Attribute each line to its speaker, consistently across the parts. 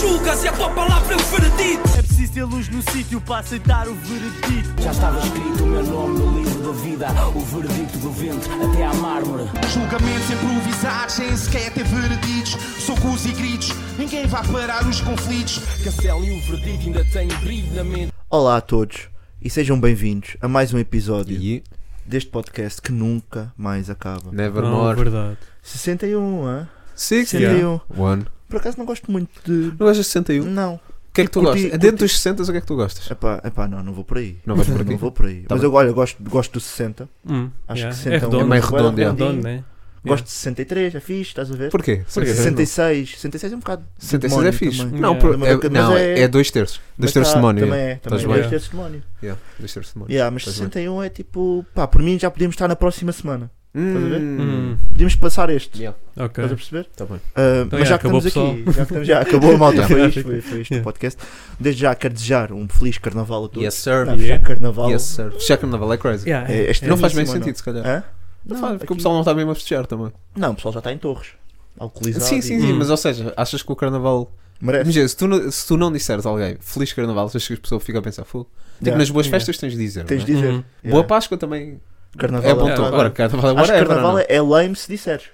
Speaker 1: julgas e a tua palavra é o veredito.
Speaker 2: É preciso ter luz no sítio para aceitar o veredito.
Speaker 3: Já estava escrito o meu nome no livro da vida, o veredito do vento até à mármore.
Speaker 4: Julgamentos improvisados, sem sequer ter vereditos. Socos e gritos, ninguém vai parar os conflitos.
Speaker 5: Castelo e o veredito ainda têm brilho na mente.
Speaker 6: Olá a todos e sejam bem-vindos a mais um episódio
Speaker 7: E
Speaker 6: deste podcast que nunca mais acaba.
Speaker 2: Não, é
Speaker 7: Nevermore.
Speaker 2: verdade.
Speaker 6: 61, hã?
Speaker 7: Six.
Speaker 6: 61.
Speaker 7: One.
Speaker 6: Por acaso não gosto muito de.
Speaker 7: Não gostas de 61?
Speaker 6: Não.
Speaker 7: O que é que tu
Speaker 6: Curti-
Speaker 7: gostas? É Dentro
Speaker 6: curti-
Speaker 7: dos 60 o que é que tu gostas?
Speaker 6: Epá, epá, não, não vou por aí.
Speaker 7: Não vais por aqui?
Speaker 6: Não vou por aí.
Speaker 7: Tá
Speaker 6: Mas
Speaker 7: bem.
Speaker 6: eu, olha, gosto, gosto do 60.
Speaker 2: Hum,
Speaker 6: Acho
Speaker 2: yeah.
Speaker 6: que
Speaker 2: é
Speaker 6: 60 um
Speaker 2: redondo.
Speaker 7: É
Speaker 6: bué
Speaker 7: meio
Speaker 6: da
Speaker 7: redondo, yeah.
Speaker 2: redondo, né?
Speaker 6: Gosto de 63, é fixe, estás a ver?
Speaker 7: Porquê?
Speaker 2: Porquê?
Speaker 6: 66, 66 é um bocado.
Speaker 7: 66 é
Speaker 6: demónio
Speaker 7: fixe.
Speaker 6: também.
Speaker 7: Não,
Speaker 2: Yeah.
Speaker 7: por-
Speaker 6: Também
Speaker 7: é,
Speaker 6: bacana,
Speaker 7: não,
Speaker 6: mas
Speaker 7: é,
Speaker 6: é-
Speaker 7: dois terços.
Speaker 6: Mas
Speaker 7: Dois terços
Speaker 6: tá,
Speaker 7: de demónio.
Speaker 6: Também
Speaker 7: yeah.
Speaker 6: é, também
Speaker 7: Estás
Speaker 6: é
Speaker 7: bem.
Speaker 6: dois terços de demónio.
Speaker 7: Yeah, dois terços de demónio.
Speaker 6: Yeah, mas
Speaker 7: Estás bem.
Speaker 6: 61 é tipo. Pá, por mim já podíamos estar na próxima semana. a ver?
Speaker 7: Hum.
Speaker 2: Hum,
Speaker 6: Podíamos passar este.
Speaker 7: Yeah.
Speaker 2: ok.
Speaker 6: Estás a perceber?
Speaker 7: Tá bem.
Speaker 6: Ah,
Speaker 2: Então, yeah,
Speaker 6: mas já que
Speaker 2: acabou,
Speaker 6: estamos aqui, já, que estamos, já acabou a malta.
Speaker 7: Yeah.
Speaker 6: Foi isto, foi, foi isto
Speaker 2: Yeah.
Speaker 6: o podcast. Desde já quero desejar um feliz carnaval a todos.
Speaker 7: Yes, sir.
Speaker 6: Não,
Speaker 2: Yeah.
Speaker 6: já carnaval.
Speaker 7: Yes, sir. Fechar carnaval é crazy.
Speaker 2: Yeah,
Speaker 6: Tá, É, este
Speaker 7: Não
Speaker 6: é
Speaker 7: faz bem
Speaker 6: lindíssimo,
Speaker 7: sentido, se calhar.
Speaker 6: Hã?
Speaker 7: Não faz, porque
Speaker 6: aqui-
Speaker 7: o pessoal não está mesmo a festejar também.
Speaker 6: Não, o pessoal já está em torres. Alcoolizado.
Speaker 7: Sim,
Speaker 6: e-
Speaker 7: sim, sim.
Speaker 2: Hum.
Speaker 7: Mas ou seja, achas que o carnaval.
Speaker 6: Merece.
Speaker 7: Imagina, se tu, não- se tu não disseres a alguém feliz carnaval, achas que a pessoa fica a pensar fogo. Tipo,
Speaker 6: Yeah.
Speaker 7: nas boas
Speaker 2: Yeah.
Speaker 7: festas tens de dizer.
Speaker 6: Tens
Speaker 7: não é?
Speaker 6: de dizer.
Speaker 2: Uhum.
Speaker 6: Yeah.
Speaker 7: Boa Páscoa também
Speaker 6: Carnaval
Speaker 7: é bom.
Speaker 6: é
Speaker 7: tom.
Speaker 6: um-
Speaker 7: Agora, carnaval
Speaker 6: Acho que
Speaker 7: whatever, não
Speaker 6: carnaval
Speaker 7: é?
Speaker 6: é lame se disseres.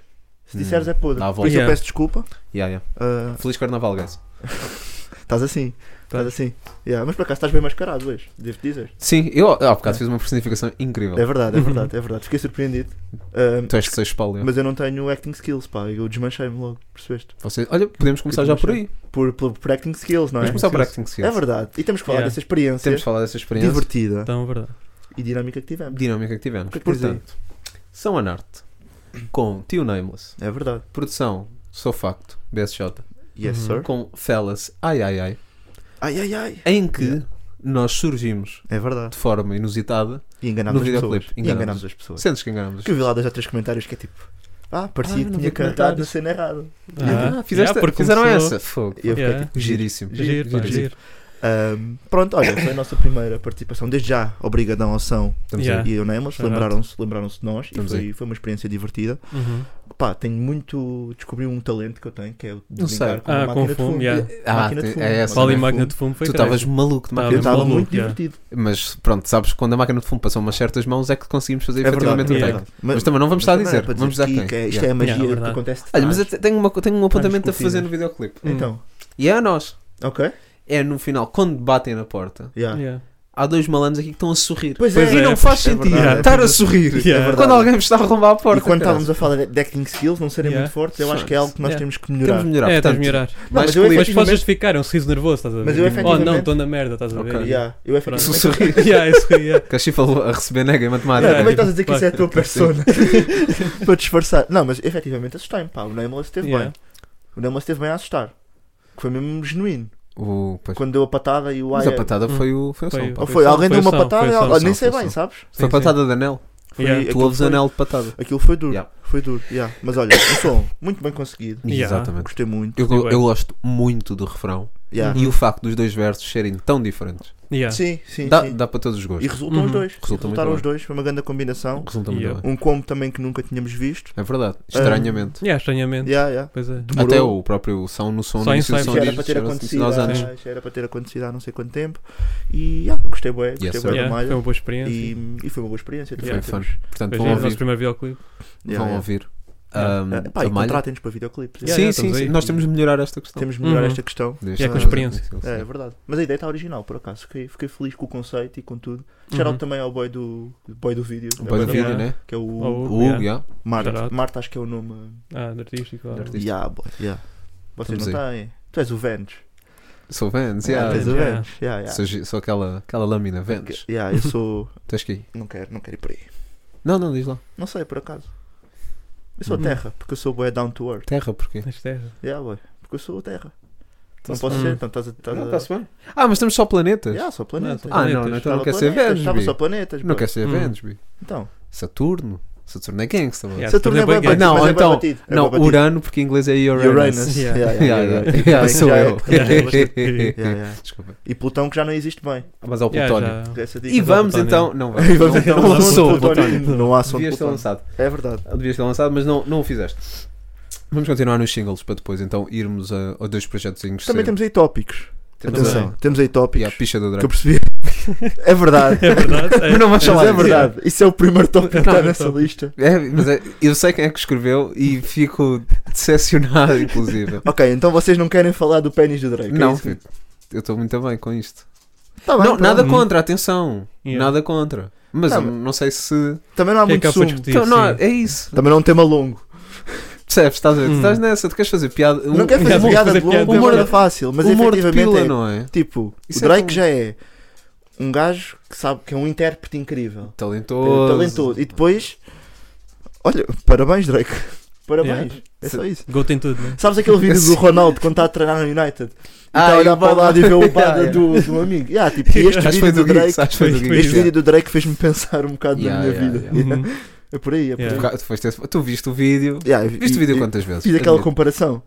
Speaker 6: Se disseres é podre.
Speaker 7: Dá a
Speaker 6: Por
Speaker 7: volta.
Speaker 6: isso eu
Speaker 2: Yeah.
Speaker 6: peço desculpa.
Speaker 7: Yeah, yeah.
Speaker 6: Ah,
Speaker 7: Feliz carnaval, guys.
Speaker 6: Estás assim. Estás assim. Yeah, mas por acaso estás bem mascarado hoje, devo dizer.
Speaker 7: Sim, eu ah, há bocado fiz uma personificação incrível.
Speaker 6: É verdade, é verdade, é verdade. Fiquei surpreendido. Ah,
Speaker 7: Tu és de 6 Paulo. é.
Speaker 6: mas eu não tenho acting skills, pá. Eu desmanchei-me logo, percebeste?
Speaker 7: Você- olha, podemos começar já por aí.
Speaker 6: Por, por, por acting skills, não é?
Speaker 7: Vamos começar por acting
Speaker 6: É
Speaker 7: skills.
Speaker 6: verdade. E temos que falar
Speaker 2: Yeah.
Speaker 6: dessa experiência
Speaker 7: Temos de falar dessa experiência Tá.
Speaker 6: divertida
Speaker 2: Então, verdade.
Speaker 6: e dinâmica que tivemos.
Speaker 7: dinâmica que tivemos.
Speaker 6: O que é que tens aí?
Speaker 7: Portanto, São Anarte com Tio Nameless,
Speaker 6: É verdade.
Speaker 7: produção Sou Facto, BSJ,
Speaker 6: Yes, sir.
Speaker 7: com Fellas Ai Ai Ai,
Speaker 6: Ai, ai, ai.
Speaker 7: em que nós surgimos
Speaker 6: É verdade.
Speaker 7: de forma inusitada.
Speaker 6: E enganámos
Speaker 7: No
Speaker 6: as pessoas.
Speaker 7: videoclipe,
Speaker 6: E
Speaker 7: enganámos.
Speaker 6: enganámos as pessoas.
Speaker 7: Sentes que enganamos
Speaker 6: Que eu vi lá dois ou três comentários que é tipo. Ah, parecia
Speaker 7: Ah, eu
Speaker 6: que
Speaker 7: não
Speaker 6: tinha
Speaker 7: vi
Speaker 6: cantado na
Speaker 7: comentários.
Speaker 6: cena errada.
Speaker 7: Ah,
Speaker 2: Ah,
Speaker 7: fizeste,
Speaker 2: yeah, porque
Speaker 7: fizeram
Speaker 2: começou-
Speaker 7: essa. Fogo.
Speaker 6: E eu fiquei
Speaker 2: Yeah.
Speaker 6: tipo.
Speaker 7: Giríssimo.
Speaker 2: Giro, pá,
Speaker 7: Giríssimo.
Speaker 2: giro.
Speaker 6: ahm, pronto, olha, foi a nossa primeira participação. Desde já, obrigadão ao São
Speaker 7: Estamos
Speaker 2: Yeah.
Speaker 7: aí.
Speaker 6: e ao Neymar.
Speaker 2: Shout out.
Speaker 6: Lembraram-se lembraram de nós e
Speaker 7: Estamos
Speaker 6: foi, foi uma experiência divertida.
Speaker 2: Uhum.
Speaker 6: Pá, tenho muito. Descobri um talento que eu tenho que é o de
Speaker 7: Não sei.
Speaker 6: brincar com
Speaker 2: Ah,
Speaker 6: a máquina
Speaker 2: com
Speaker 6: de fumo.
Speaker 2: fumo, yeah.
Speaker 7: Ah,
Speaker 6: Máquina de
Speaker 7: tem-
Speaker 6: fumo.
Speaker 7: é essa,
Speaker 2: Paulo e
Speaker 6: de
Speaker 2: máquina
Speaker 6: fumo.
Speaker 2: de fumo foi
Speaker 7: Tu
Speaker 2: crazy.
Speaker 7: estavas maluco de
Speaker 2: é. Tava
Speaker 6: Eu
Speaker 7: máquina de
Speaker 6: estava
Speaker 7: fumo.
Speaker 2: maluco,
Speaker 6: muito
Speaker 2: yeah.
Speaker 6: divertido.
Speaker 7: Mas pronto, sabes que quando a máquina de fumo passou umas certas mãos é que conseguimos fazer efetivamente
Speaker 2: verdade,
Speaker 7: o
Speaker 2: é
Speaker 7: take. Mas, também não vamos estar a
Speaker 6: também não é
Speaker 7: dizer,
Speaker 6: para
Speaker 7: vamos dar
Speaker 6: que-
Speaker 7: quem.
Speaker 6: que é- Isto
Speaker 7: Yeah.
Speaker 6: é a magia
Speaker 2: Yeah, é
Speaker 6: que
Speaker 2: verdade.
Speaker 6: acontece. de
Speaker 7: Olha, mas hum. eu
Speaker 6: trás.
Speaker 7: te- tenho, uma, co- tenho um apontamento a fazer
Speaker 6: discutíveis.
Speaker 7: no videoclipe.
Speaker 6: Então,
Speaker 7: E é a nós.
Speaker 6: ok?
Speaker 7: É no final, quando batem na porta,
Speaker 6: Yeah.
Speaker 2: Yeah.
Speaker 7: há dois malandros aqui que estão a sorrir.
Speaker 6: Pois
Speaker 2: Pois
Speaker 6: é,
Speaker 2: é,
Speaker 7: e não
Speaker 2: pois
Speaker 7: faz
Speaker 6: é
Speaker 7: sentido
Speaker 6: verdade,
Speaker 7: estar
Speaker 6: é
Speaker 7: a sorrir
Speaker 2: Yeah.
Speaker 6: verdade.
Speaker 7: quando alguém me está a arrombar a porta.
Speaker 6: E quando
Speaker 7: caralho.
Speaker 6: estávamos a falar de acting skills não serem
Speaker 2: Yeah.
Speaker 6: muito fortes, eu acho que é algo que nós
Speaker 2: Yeah.
Speaker 6: temos que
Speaker 7: Temos
Speaker 6: melhorar.
Speaker 7: de melhorar.
Speaker 2: É, tens de
Speaker 7: portanto,
Speaker 2: melhorar.
Speaker 6: Não,
Speaker 7: mais
Speaker 6: mas eu
Speaker 7: clipes.
Speaker 2: Mas podes
Speaker 6: efetivamente-
Speaker 2: justificar, é um sorriso nervoso, estás a ver?
Speaker 6: Mas eu
Speaker 2: Oh
Speaker 6: efetivamente-
Speaker 2: não, estou na merda, estás a ver?
Speaker 7: Ok.
Speaker 6: Yeah, Eu
Speaker 2: Pronto.
Speaker 6: efetivamente.
Speaker 7: sorrir.
Speaker 2: Yeah, isso aí, yeah.
Speaker 7: Que a Chifa a receber nega em matemática.
Speaker 6: Como é que
Speaker 2: Yeah.
Speaker 6: estás a dizer que isso é a tua persona? Para disfarçar. Não, mas efetivamente assustei-me, pá. O Nameless esteve
Speaker 2: Yeah.
Speaker 6: bem. O Nameless esteve bem a assustar. Que foi mesmo genuíno.
Speaker 7: O- pois.
Speaker 6: Quando deu a patada e o
Speaker 7: Mas
Speaker 6: Aya.
Speaker 7: a patada
Speaker 2: Hum.
Speaker 7: foi o, foi o
Speaker 2: Foi
Speaker 7: som.
Speaker 2: o-
Speaker 7: pá.
Speaker 6: Ou foi, alguém
Speaker 2: foi
Speaker 6: deu
Speaker 2: o
Speaker 6: uma
Speaker 2: som,
Speaker 6: patada
Speaker 2: foi
Speaker 6: e
Speaker 2: o
Speaker 6: ela-
Speaker 2: som,
Speaker 6: nem sei
Speaker 7: foi o
Speaker 6: bem,
Speaker 7: som.
Speaker 6: sabes?
Speaker 7: Foi a
Speaker 2: Sim,
Speaker 7: patada de anel.
Speaker 2: sim.
Speaker 6: Foi-
Speaker 2: Yeah.
Speaker 7: Tu
Speaker 6: aquilo
Speaker 7: ouves
Speaker 6: foi-
Speaker 7: anel de patada.
Speaker 6: Aquilo foi duro.
Speaker 7: Yeah.
Speaker 6: Foi duro, yeah. Mas olha, o som, muito bem conseguido.
Speaker 2: Yeah.
Speaker 7: Exatamente.
Speaker 6: Gostei muito.
Speaker 7: Eu,
Speaker 2: Sim,
Speaker 7: eu gosto muito do refrão
Speaker 6: Yeah.
Speaker 7: e o facto dos dois versos serem tão diferentes.
Speaker 2: Yeah.
Speaker 6: Sim, sim,
Speaker 7: Dá,
Speaker 6: sim.
Speaker 7: dá para todos os
Speaker 6: E
Speaker 7: gostos.
Speaker 6: resultam
Speaker 2: Uhum.
Speaker 6: os dois.
Speaker 7: Resulta muito
Speaker 6: Resultaram
Speaker 7: bem.
Speaker 6: os dois, foi uma grande combinação.
Speaker 7: Resulta muito
Speaker 2: Yeah.
Speaker 7: bem.
Speaker 6: Um combo também que nunca tínhamos visto.
Speaker 7: É verdade. Estranhamente.
Speaker 2: Yeah, estranhamente.
Speaker 6: Yeah, yeah.
Speaker 2: Pois é.
Speaker 6: Um, Demorou.
Speaker 7: Até o próprio som no som
Speaker 2: Só
Speaker 7: no
Speaker 2: em
Speaker 7: início do
Speaker 2: Cypher.
Speaker 7: som
Speaker 6: Já era
Speaker 7: diz-
Speaker 6: para ter
Speaker 7: era
Speaker 6: acontecido, é.
Speaker 7: assim, nós
Speaker 6: há-
Speaker 7: anos.
Speaker 6: já era para ter acontecido há não sei quanto tempo. E ah, gostei bem, gostei
Speaker 7: Yes,
Speaker 6: yes,
Speaker 7: sir.
Speaker 6: da
Speaker 2: Yeah,
Speaker 6: malha.
Speaker 2: foi uma boa experiência.
Speaker 6: E, e foi uma boa experiência.
Speaker 2: Yeah.
Speaker 6: também
Speaker 7: Foi
Speaker 6: temos-
Speaker 7: fun. Portanto,
Speaker 2: Pois
Speaker 7: vão
Speaker 2: é, o nosso
Speaker 7: ouvir.
Speaker 2: primeiro videoclipe.
Speaker 6: Yeah,
Speaker 7: Vão
Speaker 6: yeah.
Speaker 7: ouvir.
Speaker 2: Yeah.
Speaker 7: Ahm,
Speaker 6: Ah, pá,
Speaker 7: a
Speaker 6: e
Speaker 7: malha.
Speaker 6: contratem-nos para videoclipes.
Speaker 2: Yeah,
Speaker 6: yeah.
Speaker 7: sim,
Speaker 2: yeah,
Speaker 7: sim,
Speaker 2: estamos
Speaker 7: sim.
Speaker 2: aí.
Speaker 7: Nós temos de melhorar esta questão.
Speaker 6: Temos de melhorar
Speaker 2: Uhum.
Speaker 6: esta questão.
Speaker 7: Deus
Speaker 2: É, com
Speaker 7: sabe.
Speaker 2: experiência.
Speaker 6: É, é verdade. Mas a ideia está original, por acaso. Fiquei, fiquei feliz com o conceito e com tudo. Shout out
Speaker 2: Uhum.
Speaker 6: também ao boy do, boy do vídeo.
Speaker 7: Um boi
Speaker 6: da
Speaker 7: de
Speaker 2: Yeah.
Speaker 7: vídeo, né?
Speaker 6: Que é o
Speaker 2: Ao Hugo,
Speaker 7: O Hugo,
Speaker 2: yeah.
Speaker 7: yeah.
Speaker 2: Shout
Speaker 6: Marta.
Speaker 2: out.
Speaker 6: Marta, acho que é o nome.
Speaker 2: Ah, de artístico. claro.
Speaker 7: Artístico. Artista.
Speaker 6: Yeah, boy. Yeah. Vocês
Speaker 7: Estamos
Speaker 6: não têm. Tu és o Venge.
Speaker 7: Sou Vans,
Speaker 6: Ah,
Speaker 7: yeah.
Speaker 6: tu és o
Speaker 2: Yeah.
Speaker 6: Venge. Yeah, yeah.
Speaker 7: Sou, gi- sou aquela, aquela lâmina, Vans.
Speaker 6: Yeah, eu sou.
Speaker 7: Tens que ir.
Speaker 6: Não quero, não quero ir por aí.
Speaker 7: Não, não, diz lá.
Speaker 6: Não sei, por acaso. Eu sou
Speaker 7: Uhum.
Speaker 2: Hum.
Speaker 6: terra, porque eu sou boé down to earth.
Speaker 7: Terra, porquê?
Speaker 2: Isto é.
Speaker 6: Yeah, boy. Porque eu sou terra. Não
Speaker 7: Tá-se
Speaker 6: posso
Speaker 2: bem.
Speaker 6: ser, então estás a. Estás a...
Speaker 7: bem. Ah, mas temos só planetas.
Speaker 6: Yeah, só planetas.
Speaker 2: Não,
Speaker 7: Ah,
Speaker 2: Planetas.
Speaker 7: não, não, então
Speaker 6: Estava
Speaker 7: não quer ser
Speaker 6: planetas,
Speaker 7: Vans,
Speaker 6: Estava
Speaker 7: bi.
Speaker 6: só planetas,
Speaker 7: Não
Speaker 6: boy.
Speaker 7: quer ser
Speaker 2: Hum.
Speaker 7: Vans, bi.
Speaker 6: Então,
Speaker 7: Saturno. Saturno é gangsta, bro.
Speaker 2: Yeah,
Speaker 6: Saturno
Speaker 2: Saturno
Speaker 6: é
Speaker 2: é
Speaker 6: bué
Speaker 2: bem
Speaker 6: batido,
Speaker 7: gay. Não,
Speaker 6: mas é bué
Speaker 7: então,
Speaker 6: batido. É bué
Speaker 7: Não,
Speaker 6: batido.
Speaker 7: Urano, porque em inglês é Uranus.
Speaker 6: Uranus.
Speaker 2: Yeah.
Speaker 6: Yeah, yeah,
Speaker 7: Yeah,
Speaker 6: yeah.
Speaker 7: yeah.
Speaker 6: E
Speaker 7: Yeah,
Speaker 6: também
Speaker 7: sou
Speaker 6: já é-
Speaker 7: eu.
Speaker 6: também já é-
Speaker 7: Yeah,
Speaker 6: Yeah, yeah.
Speaker 7: Desculpa.
Speaker 6: E Plutão que já não existe bem.
Speaker 7: Mas ao
Speaker 2: Yeah,
Speaker 7: Plutónio.
Speaker 2: já.
Speaker 6: Essa dica.
Speaker 7: E vamos
Speaker 2: Plutónio.
Speaker 7: então. Não,
Speaker 6: E vamos
Speaker 7: não,
Speaker 6: então
Speaker 7: não
Speaker 6: ao assunto
Speaker 7: lançou.
Speaker 6: Plutônio. Não há assunto
Speaker 7: Devias ter um
Speaker 6: Plutônio.
Speaker 7: lançado.
Speaker 6: É verdade.
Speaker 7: Devias ter lançado, mas não, não o fizeste. Vamos continuar nos singles para depois então irmos a, a dois projetos
Speaker 6: Também temos aí tópicos. Atenção, temos aí
Speaker 7: E a
Speaker 6: tópicos
Speaker 7: picha do
Speaker 6: que eu
Speaker 7: Draco.
Speaker 6: percebi. é verdade.
Speaker 8: É verdade.
Speaker 7: Mas não vamos
Speaker 6: Mas
Speaker 7: falar
Speaker 6: é
Speaker 7: disso.
Speaker 6: verdade. Isso é o primeiro tópico que
Speaker 8: Não,
Speaker 6: está
Speaker 8: é
Speaker 6: nessa
Speaker 8: tópico.
Speaker 6: lista.
Speaker 7: É, mas é- eu sei quem é que escreveu e fico decepcionado, inclusive.
Speaker 6: Ok, então vocês não querem falar do pênis do Drake? é
Speaker 7: não,
Speaker 6: isso?
Speaker 7: filho, eu estou muito bem com isto.
Speaker 6: Tá bem,
Speaker 7: não,
Speaker 6: pronto.
Speaker 7: nada
Speaker 8: Hum.
Speaker 7: contra, atenção.
Speaker 8: Yeah.
Speaker 7: Nada contra. Mas
Speaker 6: Tá,
Speaker 7: eu não sei se.
Speaker 6: Também não há
Speaker 8: O que é que
Speaker 6: muito
Speaker 8: há para
Speaker 6: sumo.
Speaker 8: discutir?
Speaker 7: Então, não,
Speaker 8: Sim.
Speaker 7: é isso.
Speaker 6: Também não é um tema longo.
Speaker 7: Percebes? Estás, a ver? Tu
Speaker 8: Hum.
Speaker 7: estás nessa, tu queres fazer piada.
Speaker 6: Eu não quero fazer
Speaker 8: vou
Speaker 6: piada
Speaker 8: fazer
Speaker 6: de longo,
Speaker 8: piada.
Speaker 6: o humor
Speaker 7: Humor
Speaker 6: era
Speaker 7: de-
Speaker 6: fácil, mas
Speaker 7: humor de
Speaker 6: efetivamente
Speaker 7: pila,
Speaker 6: é.
Speaker 7: não é?
Speaker 6: Tipo,
Speaker 7: Isso
Speaker 6: o
Speaker 7: é
Speaker 6: Drake
Speaker 7: tão-
Speaker 6: já é um gajo que sabe que é um intérprete incrível. É
Speaker 7: Talentoso.
Speaker 6: Talentoso. E depois, olha, parabéns, Drake. Parabéns. É só isso.
Speaker 8: Goto em tudo, né?
Speaker 6: Sabes aquele vídeo
Speaker 7: Sim.
Speaker 6: do Ronaldo quando está a treinar no United? E
Speaker 7: Ah,
Speaker 6: está a
Speaker 7: e
Speaker 6: olhar
Speaker 7: o
Speaker 6: para o
Speaker 7: Bada-
Speaker 6: lado e vê o
Speaker 7: Yeah,
Speaker 6: bada
Speaker 7: yeah.
Speaker 6: do, do amigo. Yeah, tipo, e este
Speaker 7: Acho que foi
Speaker 6: vídeo do
Speaker 7: do Geeks.
Speaker 6: Drake.
Speaker 7: Acho que foi do
Speaker 8: Foi-
Speaker 7: Geeks.
Speaker 8: foi
Speaker 6: Este
Speaker 8: Yeah.
Speaker 6: vídeo do Drake fez-me pensar um bocado na
Speaker 7: Yeah,
Speaker 6: minha
Speaker 7: yeah,
Speaker 6: vida.
Speaker 8: Uhum.
Speaker 6: Yeah. É por aí, é por
Speaker 8: Yeah.
Speaker 7: Tu
Speaker 6: aí.
Speaker 7: ca- tu foste esse- Tu viste o vídeo.
Speaker 6: Yeah,
Speaker 7: Viste
Speaker 6: e-
Speaker 7: o vídeo
Speaker 6: e-
Speaker 7: quantas vezes?
Speaker 6: Fiz aquela
Speaker 7: Admito.
Speaker 6: comparação.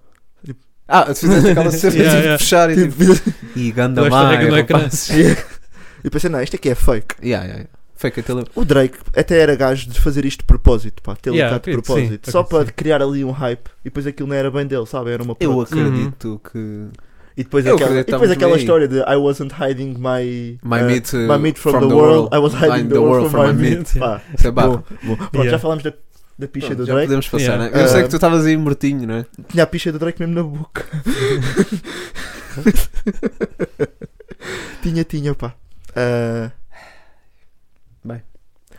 Speaker 7: Ah, tu fizeste aquela cena
Speaker 8: Yeah,
Speaker 7: de
Speaker 8: yeah.
Speaker 7: fechar e
Speaker 6: Tipo,
Speaker 7: tipo.
Speaker 6: fiz-
Speaker 7: E ganda
Speaker 8: Dois
Speaker 7: mais,
Speaker 8: tag no ecrã.
Speaker 7: rapaz.
Speaker 6: e pensei, não, isto aqui é fake.
Speaker 7: Yeah, yeah, yeah. Fake aquele.
Speaker 6: O Drake até era gajo de fazer isto de propósito, pá, ter
Speaker 8: Yeah,
Speaker 6: yeah, de
Speaker 8: acredito,
Speaker 6: propósito,
Speaker 8: sim,
Speaker 6: só
Speaker 8: acredito,
Speaker 6: para
Speaker 8: sim.
Speaker 6: criar ali um hype e depois aquilo não era bem dele, sabe? Era uma
Speaker 7: Eu
Speaker 6: prop.
Speaker 7: acredito que.
Speaker 6: E depois
Speaker 7: eu
Speaker 6: aquela, e
Speaker 7: acredito,
Speaker 6: depois aquela
Speaker 7: estamos bem.
Speaker 6: história de I wasn't hiding my,
Speaker 7: My
Speaker 6: eh,
Speaker 7: meat, eh,
Speaker 6: my meat from,
Speaker 7: from
Speaker 6: the,
Speaker 7: the
Speaker 6: world,
Speaker 7: world.
Speaker 6: I was hiding
Speaker 7: Hiding
Speaker 6: the, world from my meat.
Speaker 8: meat.
Speaker 6: Pá,
Speaker 7: Isso é barro.
Speaker 6: bom, bom. Pronto,
Speaker 8: Yeah.
Speaker 6: já falámos da, da picha
Speaker 7: Pronto,
Speaker 6: do
Speaker 7: já
Speaker 6: Drake.
Speaker 7: podemos passar,
Speaker 8: Yeah.
Speaker 7: né? Eu sei
Speaker 6: Ah.
Speaker 7: que tu estavas aí mortinho, não é?
Speaker 6: Tinha a picha do Drake mesmo na boca. tinha, tinha, pá. Ah,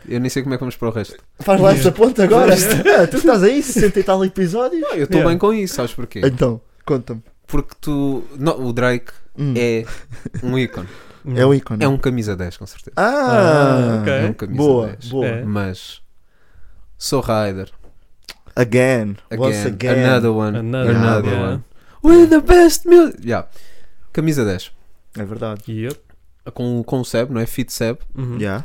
Speaker 7: Eu nem sei como é que vamos para o resto.
Speaker 6: faz lá essa ponta agora. Ah, tu estás aí, 60 e tal episódios.
Speaker 7: Ah, Eu estou
Speaker 8: Yeah.
Speaker 7: bem com isso, sabes porquê?
Speaker 6: Então, conta-me.
Speaker 7: Porque tu. não, o Drake
Speaker 6: Hum,
Speaker 7: é um ícone.
Speaker 6: é um ícone.
Speaker 7: É um camisa 10, com certeza.
Speaker 6: Ah,
Speaker 8: Uhum. Ah, ok.
Speaker 7: É um camisa
Speaker 6: boa,
Speaker 7: 10.
Speaker 6: boa.
Speaker 8: É.
Speaker 7: Mas. Sou Ryder.
Speaker 8: É.
Speaker 6: Again,
Speaker 7: Again,
Speaker 6: once again.
Speaker 7: Another one.
Speaker 8: Another,
Speaker 7: Another,
Speaker 8: yeah.
Speaker 7: one. We're the best music. Yeah. Camisa 10.
Speaker 6: É verdade.
Speaker 8: Yep.
Speaker 7: Com, com o Seb, não é? Fit Seb.
Speaker 8: Uhum.
Speaker 6: Yeah.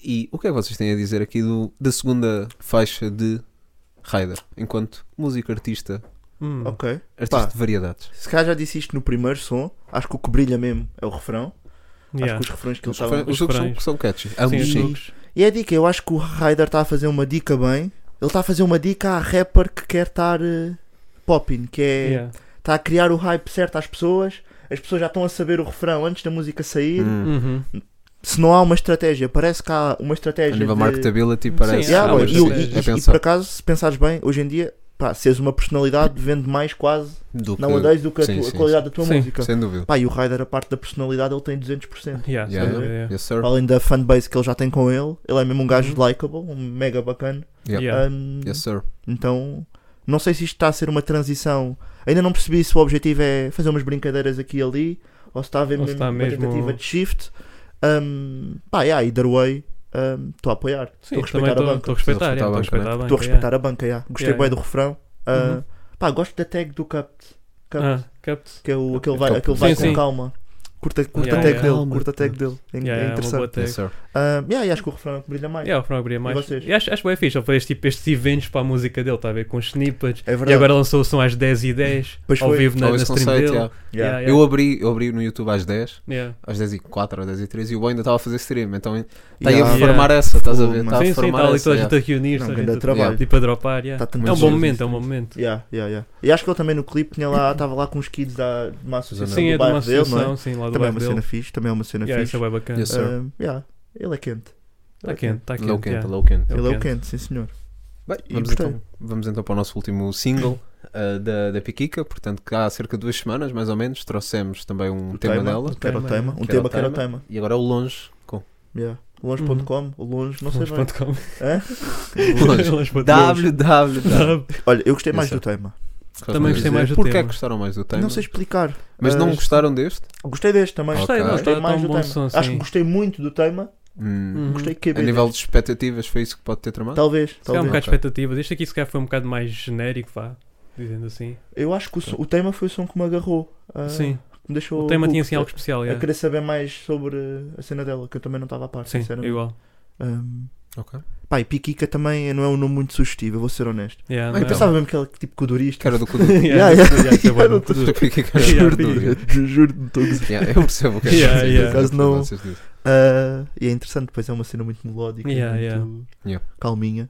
Speaker 7: E o que é que vocês têm a dizer aqui do, da segunda faixa de Ryder? Enquanto músico, artista,
Speaker 8: Hum.
Speaker 6: Ok.
Speaker 7: artista
Speaker 6: Pá.
Speaker 7: de variedades.
Speaker 6: Se calhar já disse isto no primeiro som, acho que o que brilha mesmo é o refrão.
Speaker 8: Yeah.
Speaker 6: Acho que os refrões que ele
Speaker 7: Os
Speaker 6: estava.
Speaker 7: refrões- os
Speaker 8: os
Speaker 7: outros são,
Speaker 8: refrões.
Speaker 7: são catchy.
Speaker 8: Sim,
Speaker 7: Ambos
Speaker 8: os
Speaker 7: sim.
Speaker 8: hooks.
Speaker 6: E é a dica, eu acho que o Ryder está a fazer uma dica bem. Ele está a fazer uma dica à rapper que quer estar eh, popping, que é.
Speaker 8: Yeah.
Speaker 6: Está a criar o hype certo às pessoas. As pessoas já estão a saber o refrão antes da música sair.
Speaker 7: Hum.
Speaker 8: Uhum.
Speaker 6: Se não há uma estratégia, parece que há uma
Speaker 7: A
Speaker 6: estratégia.
Speaker 7: nível
Speaker 6: de-
Speaker 7: marketability
Speaker 8: Sim,
Speaker 7: parece.
Speaker 8: há
Speaker 6: Yeah,
Speaker 7: há uma
Speaker 6: boy, e,
Speaker 8: estratégia.
Speaker 7: estratégia.
Speaker 6: Ah, e- e-
Speaker 7: É
Speaker 6: e por
Speaker 7: pensar
Speaker 6: acaso, se pensares bem, hoje em dia, pá, seres uma personalidade vende mais quase
Speaker 7: do que-
Speaker 6: não odeias do que a,
Speaker 7: sim,
Speaker 6: tua- a
Speaker 7: sim,
Speaker 6: qualidade da tua
Speaker 8: Sim.
Speaker 6: música.
Speaker 7: Sem dúvida.
Speaker 6: Pá, e o Ryder, a parte da personalidade, ele tem 200%.
Speaker 8: Yeah,
Speaker 7: Yeah,
Speaker 8: sem dúvida, yeah.
Speaker 7: Yes, sir.
Speaker 6: Para Além da fanbase que ele já tem com ele, ele é mesmo um gajo
Speaker 8: Uhum.
Speaker 6: likeable, um mega bacana.
Speaker 7: Yeah.
Speaker 8: Yeah.
Speaker 6: Hum,
Speaker 7: Yes, sir.
Speaker 6: Então, não sei se isto está a ser uma transição. Ainda não percebi se o objetivo é fazer umas brincadeiras aqui e ali, ou se está a haver
Speaker 8: Ou se
Speaker 6: mesmo
Speaker 8: está
Speaker 6: uma
Speaker 8: mesmo-
Speaker 6: tentativa de shift. Hum, pá, yeah, either way, hum, estou a apoiar. Estou a respeitar a
Speaker 8: também
Speaker 6: banca.
Speaker 8: Estou a respeitar,
Speaker 7: Estou a
Speaker 8: yeah, estou
Speaker 7: respeitar
Speaker 8: a
Speaker 6: Estou a
Speaker 8: respeitar
Speaker 6: respeitar a banca, yeah. Gostei
Speaker 8: Yeah,
Speaker 6: bem
Speaker 8: yeah.
Speaker 6: do refrão. Ah,
Speaker 8: Uhum.
Speaker 6: Pá, gosto da tag do Cupped. Cupped.
Speaker 8: banca. Ah, capto.
Speaker 6: que é o, aquele
Speaker 7: Top.
Speaker 6: vai, aquele vai
Speaker 8: Sim,
Speaker 6: com
Speaker 8: sim.
Speaker 6: calma. Curta, curta
Speaker 8: Yeah,
Speaker 6: a tag
Speaker 8: yeah.
Speaker 6: dele,
Speaker 7: Calma.
Speaker 6: curta a tag dele. É, é
Speaker 8: Yeah, yeah, uma boa
Speaker 6: interessante.
Speaker 8: tag.
Speaker 7: Yes, sir.
Speaker 6: Ah, yeah, e acho que o refrão é que brilha mais.
Speaker 8: Yeah, o Fran abria mais.
Speaker 6: vocês?
Speaker 8: E acho, acho bem fixe. Ele fez tipo, estes eventos para a música dele, está a ver? Com os snippets.
Speaker 6: É
Speaker 8: E
Speaker 6: verdade.
Speaker 8: agora lançou o som às 10h10,
Speaker 6: Pois
Speaker 8: ao
Speaker 6: foi.
Speaker 8: vivo na,
Speaker 7: Ou
Speaker 8: na
Speaker 7: esse
Speaker 8: stream
Speaker 7: conceito,
Speaker 8: dele.
Speaker 7: yeah.
Speaker 6: Yeah.
Speaker 8: Yeah,
Speaker 7: Eu abri, eu abri no YouTube às 10,
Speaker 8: yeah.
Speaker 7: às 10 e 4, às 10 e 3 e o Boy ainda estava a fazer stream, então está aí
Speaker 6: Yeah.
Speaker 7: a
Speaker 8: Yeah.
Speaker 7: formar essa, estás a
Speaker 6: Fogo,
Speaker 7: ver?
Speaker 6: mano.
Speaker 7: Está
Speaker 8: Sim,
Speaker 7: Tá a
Speaker 8: sim,
Speaker 7: formar
Speaker 8: está ali
Speaker 7: essa.
Speaker 8: toda a gente
Speaker 7: yeah.
Speaker 8: a
Speaker 6: Não,
Speaker 8: reunir, toda a
Speaker 6: grande
Speaker 8: gente a-
Speaker 6: trabalho.
Speaker 8: tipo a dropar. yeah.
Speaker 6: Tá tanto
Speaker 8: É um
Speaker 7: Muito
Speaker 8: bom
Speaker 7: giro.
Speaker 8: momento, é um bom momento.
Speaker 6: Yeah, yeah, yeah. E acho que ele também no clipe tinha lá, estava lá com os kids da, de uma associação
Speaker 8: Sim,
Speaker 6: do
Speaker 8: é de uma
Speaker 6: bairro dele, não é?
Speaker 8: associação, sim, lá do
Speaker 6: Também é
Speaker 8: bairro
Speaker 6: uma
Speaker 8: dele.
Speaker 6: cena fixe, também é uma cena
Speaker 8: Yeah,
Speaker 6: fixe.
Speaker 8: Isso é bem bacana.
Speaker 7: Yes, sir.
Speaker 6: Ah, yeah, ele é quente.
Speaker 8: Está quente, está
Speaker 7: Low
Speaker 8: quente.
Speaker 7: Camp,
Speaker 8: yeah.
Speaker 7: Low Camp.
Speaker 6: Ele é o
Speaker 8: quente.
Speaker 6: quente, sim senhor.
Speaker 7: Bem,
Speaker 6: E
Speaker 7: vamos,
Speaker 6: gostei.
Speaker 7: então, vamos então para o nosso último single uh, da, da Piquica, portanto, que há cerca de duas semanas, mais ou menos, trouxemos também um tema, dela.
Speaker 6: que era o
Speaker 8: Tema,
Speaker 6: tema, um
Speaker 7: que era
Speaker 6: tema
Speaker 7: o
Speaker 6: que era o
Speaker 7: tema.
Speaker 6: tema.
Speaker 7: E agora é o Longe. Com
Speaker 6: Yeah. Longe.com,
Speaker 7: Uhum.
Speaker 6: o longe, não sei bem.
Speaker 8: Ponto com.
Speaker 6: Hã?
Speaker 7: Longe.
Speaker 8: Longe.
Speaker 7: www.
Speaker 6: Olha, eu gostei mais
Speaker 7: Isso.
Speaker 6: do tema.
Speaker 8: Também gostei mais do
Speaker 7: Porquê é
Speaker 8: tema.
Speaker 7: que gostaram mais do tema?
Speaker 6: Não sei explicar.
Speaker 7: Mas não
Speaker 6: Ah,
Speaker 7: gostaram deste?
Speaker 6: Gostei deste também.
Speaker 8: Gostei,
Speaker 7: Ok.
Speaker 8: não,
Speaker 6: Gostei
Speaker 8: está
Speaker 6: mais
Speaker 8: tão
Speaker 6: do
Speaker 8: bom assim.
Speaker 6: tema.
Speaker 8: som,
Speaker 6: Acho que
Speaker 8: sim.
Speaker 6: gostei muito do tema.
Speaker 7: Hum,
Speaker 8: Uhum.
Speaker 6: Gostei que é
Speaker 7: A nível de expectativas, foi isso que pode ter tramado?
Speaker 6: Talvez,
Speaker 8: Se calhar
Speaker 6: talvez.
Speaker 8: um bocado de
Speaker 7: Ok.
Speaker 8: expectativas. Este aqui se calhar foi um bocado mais genérico, vá, dizendo assim.
Speaker 6: Eu acho que o, som- o tema foi o som que me agarrou. ah,
Speaker 8: Sim.
Speaker 6: que Me deixou
Speaker 8: O tema
Speaker 6: hooked,
Speaker 8: tinha assim
Speaker 6: a-
Speaker 8: algo especial,
Speaker 6: A
Speaker 8: yeah.
Speaker 6: querer saber mais sobre a cena dela, que eu também não estava a par,
Speaker 8: Sim,
Speaker 6: sinceramente.
Speaker 8: igual.
Speaker 6: Ahm,
Speaker 7: Ok.
Speaker 6: pá, e Piquica também não é um nome muito sugestivo, eu vou ser honesto.
Speaker 8: Yeah, não.
Speaker 7: Ah,
Speaker 6: Eu pensava mesmo que ela tipo codurista.
Speaker 7: Que era do Kudu.
Speaker 8: Yeah,
Speaker 6: Yeah,
Speaker 8: yeah,
Speaker 6: yeah.
Speaker 8: que é bom,
Speaker 6: Era
Speaker 8: não
Speaker 6: do-
Speaker 8: produz.
Speaker 7: Juro,
Speaker 6: Eu
Speaker 7: Dudu.
Speaker 6: te juro de todos.
Speaker 7: Yeah, Eu percebo o que é que
Speaker 8: Yeah,
Speaker 7: vocês
Speaker 8: yeah.
Speaker 7: dizem,
Speaker 6: Caso não-
Speaker 7: vocês dizem.
Speaker 6: Ah, e é interessante, pois é uma cena muito melódica,
Speaker 8: Yeah,
Speaker 6: muito
Speaker 8: yeah.
Speaker 7: Yeah.
Speaker 6: calminha.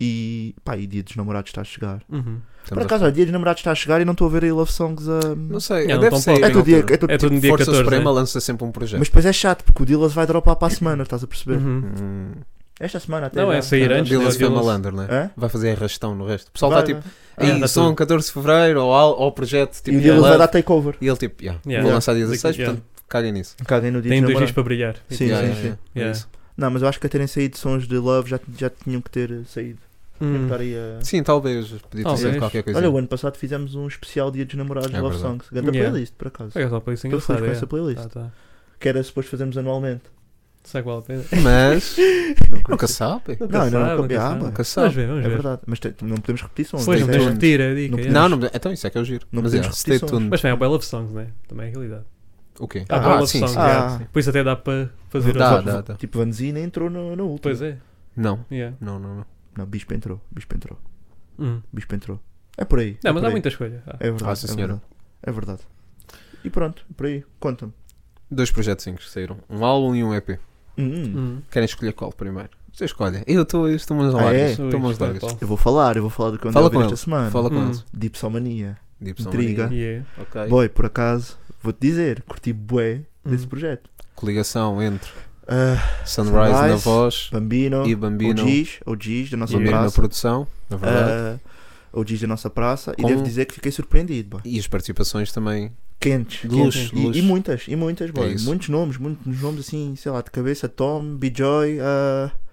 Speaker 6: E, pá, e Dia dos Namorados está a chegar.
Speaker 8: Uhum.
Speaker 6: Por
Speaker 7: Estamos a-
Speaker 6: acaso, olha, Dia dos Namorados está a chegar e não estou a ver aí Love Songs ah, a.
Speaker 7: Não sei,
Speaker 8: Não,
Speaker 7: deve
Speaker 8: então
Speaker 7: ser. Tipo,
Speaker 8: pode.
Speaker 6: É todo dia, é todo
Speaker 8: É tudo no dia
Speaker 7: Força
Speaker 8: 14. né?
Speaker 7: Suprema lança sempre um projeto.
Speaker 6: Mas depois é chato, porque o Dillas vai dropar para a semana, estás a perceber?
Speaker 8: Uhum.
Speaker 7: Hum,
Speaker 6: Esta semana até.
Speaker 8: Não,
Speaker 6: já.
Speaker 8: é sair
Speaker 7: o
Speaker 8: antes. né?
Speaker 7: Dillas foi
Speaker 8: Dillas-
Speaker 7: malandro, né?
Speaker 6: Hã?
Speaker 7: Vai fazer arrastão no resto. O pessoal
Speaker 6: Vai,
Speaker 7: está tipo,
Speaker 6: vai.
Speaker 8: Ah,
Speaker 7: Ei,
Speaker 8: dá
Speaker 7: são
Speaker 8: tudo.
Speaker 7: 14 de Fevereiro ou ao, ao projeto
Speaker 6: E
Speaker 7: tipo,
Speaker 6: o Dillas
Speaker 7: Love.
Speaker 6: vai dar takeover.
Speaker 7: e ele tipo, yeah,
Speaker 8: Yeah.
Speaker 7: vou lançar dia
Speaker 8: Yeah.
Speaker 7: 16,
Speaker 8: Yeah.
Speaker 7: portanto caguem nisso.
Speaker 6: Caguem no dia
Speaker 8: Tem
Speaker 6: dos
Speaker 8: dois dias
Speaker 6: namorados.
Speaker 8: para brilhar.
Speaker 6: Sim, sim,
Speaker 7: Yeah, yeah,
Speaker 6: sim.
Speaker 7: yeah. É
Speaker 8: Yeah.
Speaker 7: isso.
Speaker 6: Não, mas eu acho que a terem saído sons de Love já, já tinham que ter eh, saído. Tinham que
Speaker 8: Hum.
Speaker 6: estar aí a-
Speaker 7: Sim, talvez podia ter
Speaker 8: Talvez.
Speaker 7: sido qualquer coisa.
Speaker 6: Olha, o ano passado fizemos um especial Dia dos Namorados
Speaker 7: É
Speaker 6: Love
Speaker 7: verdade.
Speaker 6: Songs. Ganda
Speaker 8: Yeah.
Speaker 6: playlist, por acaso.
Speaker 8: Olha só, para isso é
Speaker 6: Estou feliz
Speaker 8: engraçado.
Speaker 6: com essa
Speaker 8: é.
Speaker 6: playlist.
Speaker 8: Tá, tá.
Speaker 6: Que era suposto fazermos anualmente.
Speaker 8: Sabe qual é a pena?
Speaker 7: Mas nunca sabe.
Speaker 8: Nunca
Speaker 6: Não, ainda não
Speaker 8: sabe,
Speaker 6: acabei. Ah,
Speaker 8: sabe.
Speaker 6: pá.
Speaker 7: Nunca
Speaker 8: Vamos
Speaker 7: sabe.
Speaker 8: ver, vamos
Speaker 6: é
Speaker 8: ver.
Speaker 6: verdade. Mas te- não podemos repetir sons.
Speaker 8: Pois, não
Speaker 6: Isso é-
Speaker 8: tens de repetir a
Speaker 6: Não
Speaker 8: dica. é.
Speaker 6: podemos.
Speaker 7: Não, não, então isso é que é o giro.
Speaker 6: Não
Speaker 7: Mas é,
Speaker 6: podemos
Speaker 7: stay
Speaker 6: repetir sons.
Speaker 7: tuned.
Speaker 8: Mas bem, é o Bell of Songs, né? Também é a realidade.
Speaker 7: O quê?
Speaker 8: Há Bell
Speaker 7: Ah,
Speaker 8: of
Speaker 7: sim,
Speaker 8: Songs,
Speaker 7: sim.
Speaker 8: yeah.
Speaker 6: Ah.
Speaker 8: Por isso até dá para fazer
Speaker 7: Dá,
Speaker 8: outros-
Speaker 7: dá, dá.
Speaker 6: Tipo, Vanzina entrou no, no último.
Speaker 8: Pois é.
Speaker 7: Não,
Speaker 8: Yeah.
Speaker 7: não, não. não.
Speaker 6: Não, Bispo entrou. Bispo entrou.
Speaker 8: Hum.
Speaker 6: Bispo entrou. É por aí.
Speaker 8: Não,
Speaker 6: é
Speaker 8: mas
Speaker 6: por
Speaker 8: há
Speaker 6: aí.
Speaker 8: muita escolha. Ah.
Speaker 6: É verdade.
Speaker 7: Ah, sim,
Speaker 6: é
Speaker 7: senhora.
Speaker 6: verdade. É verdade. E pronto, é por aí. Conta-me.
Speaker 7: Dois projetos que saíram. Um álbum e um EP.
Speaker 6: Hum,
Speaker 8: Hum.
Speaker 7: Querem escolher qual primeiro? Vocês escolhem. Eu estou estou umas
Speaker 6: Ah, é?
Speaker 7: largas. Estou
Speaker 8: Ui,
Speaker 7: umas
Speaker 8: foi,
Speaker 7: largas.
Speaker 8: Paulo.
Speaker 6: Eu vou falar, eu vou falar do que eu andei a
Speaker 7: Fala
Speaker 6: ouvir
Speaker 7: com ele.
Speaker 6: esta semana.
Speaker 7: Fala com
Speaker 8: Hum.
Speaker 7: eles.
Speaker 6: Deep Somania.
Speaker 7: Deep Sound
Speaker 6: Intriga.
Speaker 7: Mania.
Speaker 8: Yeah.
Speaker 7: Ok.
Speaker 6: Boy, por acaso, vou-te dizer, curti bué desse
Speaker 8: Hum.
Speaker 6: projeto.
Speaker 7: Coligação entre
Speaker 6: Ah,
Speaker 7: Sunrise, na
Speaker 6: Sunrise,
Speaker 7: voz
Speaker 6: Bambino,
Speaker 7: e Bambino
Speaker 6: OGs, OGs da nossa
Speaker 7: Bambino na
Speaker 6: praça.
Speaker 7: produção, na verdade.
Speaker 6: Ah, OGs da nossa praça.
Speaker 7: Com-
Speaker 6: E devo dizer que fiquei surpreendido, boy.
Speaker 7: E as participações também.
Speaker 6: Quentes.
Speaker 7: De
Speaker 6: quentes.
Speaker 7: luxo,
Speaker 6: E-
Speaker 7: de luxo.
Speaker 6: E, muitas, e muitas, boy.
Speaker 7: É isso.
Speaker 6: muitos nomes, muitos nomes assim, sei lá, de cabeça. Tom, Bijoy, eh, uh,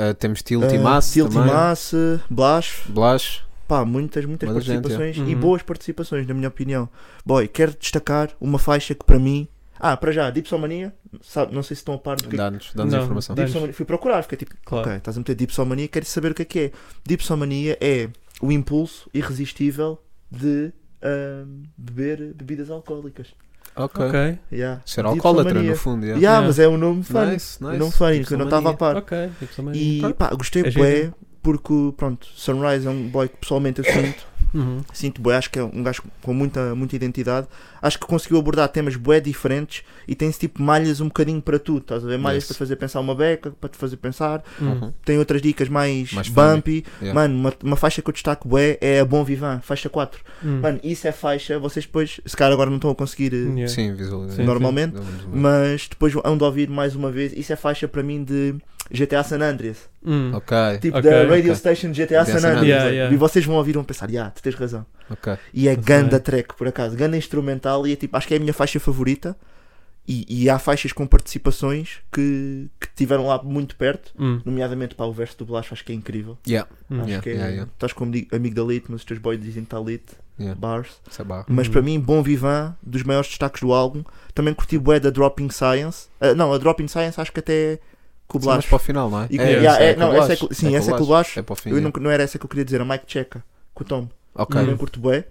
Speaker 7: Ah, temos Tilty Mass
Speaker 6: Tilt
Speaker 7: também.
Speaker 6: Mass, Blash.
Speaker 7: Blash.
Speaker 6: Pá, muitas, muitas
Speaker 7: Muita gente,
Speaker 6: participações
Speaker 8: é.
Speaker 6: e
Speaker 8: Uhum.
Speaker 6: boas participações, na minha opinião. Boy, quero destacar uma faixa que para mim. Ah, para já, Deep Soul Mania, sabe, não sei se estão a par do que é
Speaker 7: Dá-nos dá-nos
Speaker 8: Não,
Speaker 7: informação.
Speaker 8: dá-
Speaker 6: Deep Soul Mania- Fui procurar, fiquei tipo,
Speaker 8: Claro.
Speaker 6: ok, estás a meter Deep Soul Mania, quero saber o que é que é. Deep Soul Mania é o impulso irresistível de ahm, beber bebidas alcoólicas.
Speaker 7: Ok.
Speaker 8: Ok.
Speaker 6: Yeah.
Speaker 7: Ser
Speaker 6: Deep
Speaker 7: alcoólatra
Speaker 6: Soul Mania.
Speaker 7: no fundo.
Speaker 6: Yeah,
Speaker 7: Yeah.
Speaker 8: Yeah.
Speaker 6: mas é um nome funny.
Speaker 7: Nice,
Speaker 6: Um
Speaker 7: nice.
Speaker 6: nome funny,
Speaker 7: Deep
Speaker 6: que eu não
Speaker 7: Soul
Speaker 6: estava a
Speaker 7: Mania.
Speaker 6: par.
Speaker 8: Ok. Tipo, também-
Speaker 6: E pá, gostei
Speaker 8: É
Speaker 6: bué,
Speaker 8: giro.
Speaker 6: porque pronto, Sunrise é um boy que pessoalmente eu sinto
Speaker 8: Uhum.
Speaker 6: sinto bué, acho que é um gajo com muita, muita identidade, acho que conseguiu abordar temas bué diferentes e tem-se tipo malhas um bocadinho para tudo, estás a ver? Malhas
Speaker 7: Yes.
Speaker 6: para te fazer pensar uma beca, para te fazer pensar,
Speaker 8: Uhum.
Speaker 6: tem outras dicas mais,
Speaker 7: Mais
Speaker 6: bumpy,
Speaker 7: Yeah.
Speaker 6: mano, uma, uma faixa que eu destaco bué é a Bom Vivan, faixa 4,
Speaker 8: Uhum.
Speaker 6: mano, isso é faixa, vocês depois, se calhar agora não estão a conseguir... eh,
Speaker 8: Yeah.
Speaker 7: Sim, visualizei.
Speaker 8: Sim,
Speaker 6: Normalmente,
Speaker 7: Vamos lá.
Speaker 6: Mas depois hão de ouvir mais uma vez. Isso é faixa para mim de GTA San Andreas.
Speaker 8: Hum.
Speaker 7: Ok,
Speaker 6: Tipo
Speaker 8: Ok,
Speaker 6: da Radio
Speaker 7: ok.
Speaker 6: Station GTA San Andreas.
Speaker 8: Yeah, yeah. Uhum.
Speaker 6: E vocês vão ouvir e vão pensar, yeah, tu tens razão.
Speaker 7: ok.
Speaker 6: E é
Speaker 8: Muito
Speaker 6: ganda
Speaker 8: bem.
Speaker 6: track, por acaso. Ganda instrumental e é tipo, acho que é a minha faixa favorita. E, e há faixas com participações que, que tiveram lá muito perto.
Speaker 8: Hum.
Speaker 6: Nomeadamente para o verso do Blas, acho que é incrível.
Speaker 7: Yeah,
Speaker 8: Hum.
Speaker 6: Acho
Speaker 7: yeah,
Speaker 6: que é,
Speaker 7: yeah, yeah.
Speaker 6: Estás com ami- amigo da Lit, mas os teus boys dizem que está Lit,
Speaker 7: yeah.
Speaker 6: bars.
Speaker 7: Isso é barra.
Speaker 6: Mas
Speaker 8: Uhum.
Speaker 6: para mim, Bom Vivan, dos maiores destaques do álbum. Também curti bué da Dropping Science. Ah, não, a Dropping Science acho que até é com o
Speaker 7: Sim, Mas
Speaker 6: Blas.
Speaker 7: para o final, não é?
Speaker 6: E-
Speaker 7: é,
Speaker 8: yeah,
Speaker 7: essa
Speaker 6: é,
Speaker 7: com
Speaker 6: não,
Speaker 7: o
Speaker 6: essa é
Speaker 7: Blas,
Speaker 6: com- sim, essa é
Speaker 7: o
Speaker 6: com o
Speaker 7: Blas.
Speaker 6: Blas.
Speaker 7: É para o fim.
Speaker 6: Eu
Speaker 7: yeah.
Speaker 6: não, não era essa que eu queria dizer, a Mike Checa, com o Tom.
Speaker 7: Ok,
Speaker 6: Também curto bué.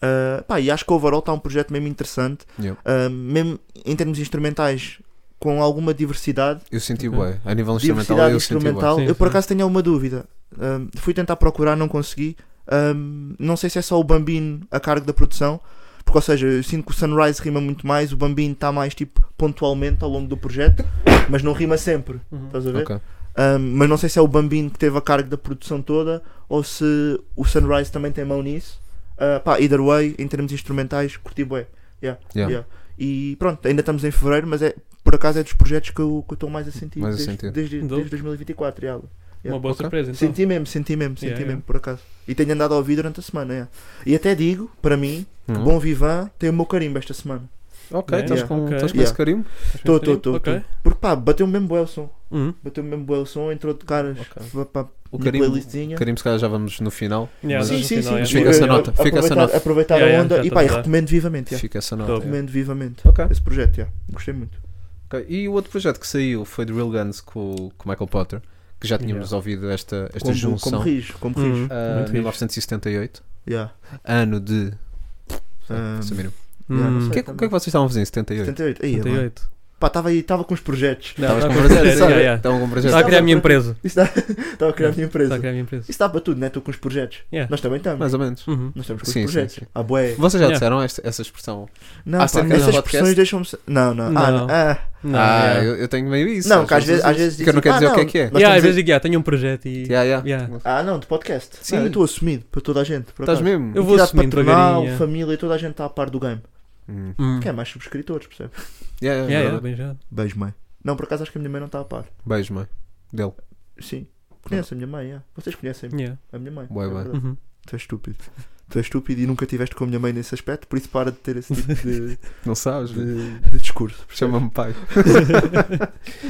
Speaker 6: Ah, pá, e acho que overall está um projeto mesmo interessante,
Speaker 7: Yeah.
Speaker 6: Ah, mesmo em termos instrumentais, com alguma diversidade.
Speaker 7: eu senti
Speaker 8: Ok.
Speaker 7: bem. A nível instrumental,
Speaker 6: Diversidade
Speaker 7: eu senti bem.
Speaker 6: instrumental.
Speaker 8: bué. Sim,
Speaker 6: eu por
Speaker 8: sim.
Speaker 6: acaso tenho uma dúvida. Ah, fui tentar procurar, não consegui. Ah, não sei se é só o Bambino a cargo da produção, porque ou seja, eu sinto que o Sunrise rima muito mais, o Bambino está mais tipo pontualmente ao longo do projeto, mas não rima sempre.
Speaker 8: Uhum.
Speaker 6: Estás a ver?
Speaker 7: Ok,
Speaker 6: Um, mas não sei se é o Bambino que teve a cargo da produção toda ou se o Sunrise também tem mão nisso. Uh, pá, either way, em termos instrumentais, curti bué. Yeah,
Speaker 7: Yeah.
Speaker 6: yeah. E pronto, ainda estamos em fevereiro, mas é por acaso é dos projetos que eu que eu estou mais a sentir
Speaker 7: Mais a
Speaker 6: desde,
Speaker 7: sentir.
Speaker 6: desde-
Speaker 8: Do-
Speaker 6: desde 2024. Yeah.
Speaker 8: Uma boa
Speaker 7: Ok.
Speaker 8: surpresa, então.
Speaker 6: Senti mesmo, senti mesmo, senti
Speaker 8: Yeah, yeah.
Speaker 6: mesmo, por acaso. E tenho andado a ouvir durante a semana. yeah. E até digo, para mim, que
Speaker 7: Uhum.
Speaker 6: Bom Vivan tem o meu carimbo esta semana.
Speaker 7: ok,
Speaker 8: Yeah.
Speaker 7: estás com
Speaker 8: Ok.
Speaker 7: estás com
Speaker 6: Yeah.
Speaker 7: esse carimbo?
Speaker 6: Estou, estou, estou.
Speaker 8: Ok.
Speaker 6: Porque pá, bateu-me mesmo bué o som.
Speaker 8: Uhum.
Speaker 6: Bateu-me mesmo bué o som, entrou de caras
Speaker 7: Ok.
Speaker 6: pá, pá,
Speaker 7: O
Speaker 6: na
Speaker 7: carimbo,
Speaker 6: playlistzinha.
Speaker 7: o carimbo, se calhar já vamos no final.
Speaker 8: Yeah,
Speaker 7: mas
Speaker 8: sim,
Speaker 6: Sim, sim,
Speaker 8: no
Speaker 6: sim.
Speaker 8: final, é.
Speaker 7: Fica essa nota, fica essa
Speaker 6: aproveitar-
Speaker 7: nota.
Speaker 6: Aproveitar
Speaker 8: Yeah,
Speaker 6: a
Speaker 8: yeah,
Speaker 6: onda
Speaker 8: já
Speaker 6: e pá, e
Speaker 8: tá a dar.
Speaker 6: recomendo vivamente. yeah.
Speaker 7: fica essa nota.
Speaker 8: Top.
Speaker 6: Recomendo vivamente
Speaker 7: Ok,
Speaker 6: esse projeto. yeah. Gostei muito.
Speaker 7: ok. E o outro projeto que saiu foi The Real Guns com com o Michael Potter, que já tínhamos
Speaker 8: Yeah.
Speaker 7: ouvido esta esta
Speaker 6: Como, como
Speaker 7: junção.
Speaker 6: rijo, como
Speaker 8: Uhum.
Speaker 6: rijo.
Speaker 7: ah,
Speaker 8: Muito rijo.
Speaker 7: 1978,
Speaker 6: Yeah. Um,
Speaker 7: ano de.
Speaker 6: Ah, yeah,
Speaker 7: Sabiam.
Speaker 6: não
Speaker 8: Hum.
Speaker 7: O
Speaker 6: sei.
Speaker 7: que é que o que é que vocês estavam a fazer em 78?
Speaker 6: 78. Aí,
Speaker 8: 78.
Speaker 6: Pá, estava aí, estava com os projetos.
Speaker 8: Não,
Speaker 7: Estavas
Speaker 8: tá
Speaker 7: com
Speaker 8: com
Speaker 7: prazer,
Speaker 8: prazer,
Speaker 7: sabe?
Speaker 8: já, já.
Speaker 7: Estavam com um prazer.
Speaker 8: Está a criar a minha empresa.
Speaker 6: Isso dá- Estava a criar a minha
Speaker 8: Está a
Speaker 6: empresa.
Speaker 8: criar a minha empresa.
Speaker 6: Isso dá para tudo, né? Estou com os projetos.
Speaker 8: Yeah.
Speaker 6: Nós também estamos.
Speaker 7: Mais ou menos.
Speaker 8: Uhum.
Speaker 6: Nós estamos com
Speaker 7: Sim,
Speaker 6: os
Speaker 7: sim,
Speaker 6: projetos.
Speaker 7: sim.
Speaker 6: Ah, bué.
Speaker 7: Vocês já
Speaker 8: Yeah.
Speaker 7: disseram esta- essa expressão?
Speaker 6: Não,
Speaker 7: Ah,
Speaker 6: pá,
Speaker 7: certo,
Speaker 6: essas
Speaker 7: no podcast?
Speaker 6: expressões deixam-me. se- Não, não. Ah,
Speaker 8: Não.
Speaker 6: ah.
Speaker 8: Não,
Speaker 7: ah,
Speaker 8: yeah.
Speaker 7: eu, eu tenho meio isso.
Speaker 6: Não, que às vezes. Às vezes
Speaker 7: Porque eu não
Speaker 6: dizem,
Speaker 7: quero dizer
Speaker 6: "Ah,
Speaker 7: o que é que é.
Speaker 6: nós
Speaker 8: Yeah, às
Speaker 6: estamos
Speaker 8: vezes digo, yeah, tenho um projeto e.
Speaker 7: Yeah, yeah.
Speaker 8: Yeah.
Speaker 6: em- Ah, não, de podcast.
Speaker 7: Sim.
Speaker 6: Não, eu estou assumido por toda a gente. Por
Speaker 7: Estás
Speaker 6: acaso.
Speaker 7: mesmo?
Speaker 8: Eu vou
Speaker 6: Entidade
Speaker 8: assumindo
Speaker 6: patronal,
Speaker 8: devagarinho.
Speaker 6: família, toda a gente está a par do game.
Speaker 7: Hum.
Speaker 8: Hum.
Speaker 6: Quem é mais subscritores, percebe?
Speaker 7: Yeah, yeah,
Speaker 8: Yeah, yeah,
Speaker 7: verdade.
Speaker 8: bem já.
Speaker 6: Beijo, mãe. Não, por acaso acho que a minha mãe não está a par.
Speaker 7: Beijo, mãe. Dele.
Speaker 6: Sim. Conhece a minha mãe, é. Vocês conhecem
Speaker 8: Yeah.
Speaker 6: a minha mãe.
Speaker 7: Bué,
Speaker 6: é
Speaker 7: bué.
Speaker 6: verdade.
Speaker 8: Uhum.
Speaker 6: Tu és estúpido. Tu és estúpido e nunca estiveste com a minha mãe nesse aspecto, por isso para de ter esse tipo de,
Speaker 7: Não sabes?
Speaker 6: de- de discurso.
Speaker 7: Chama-me pai.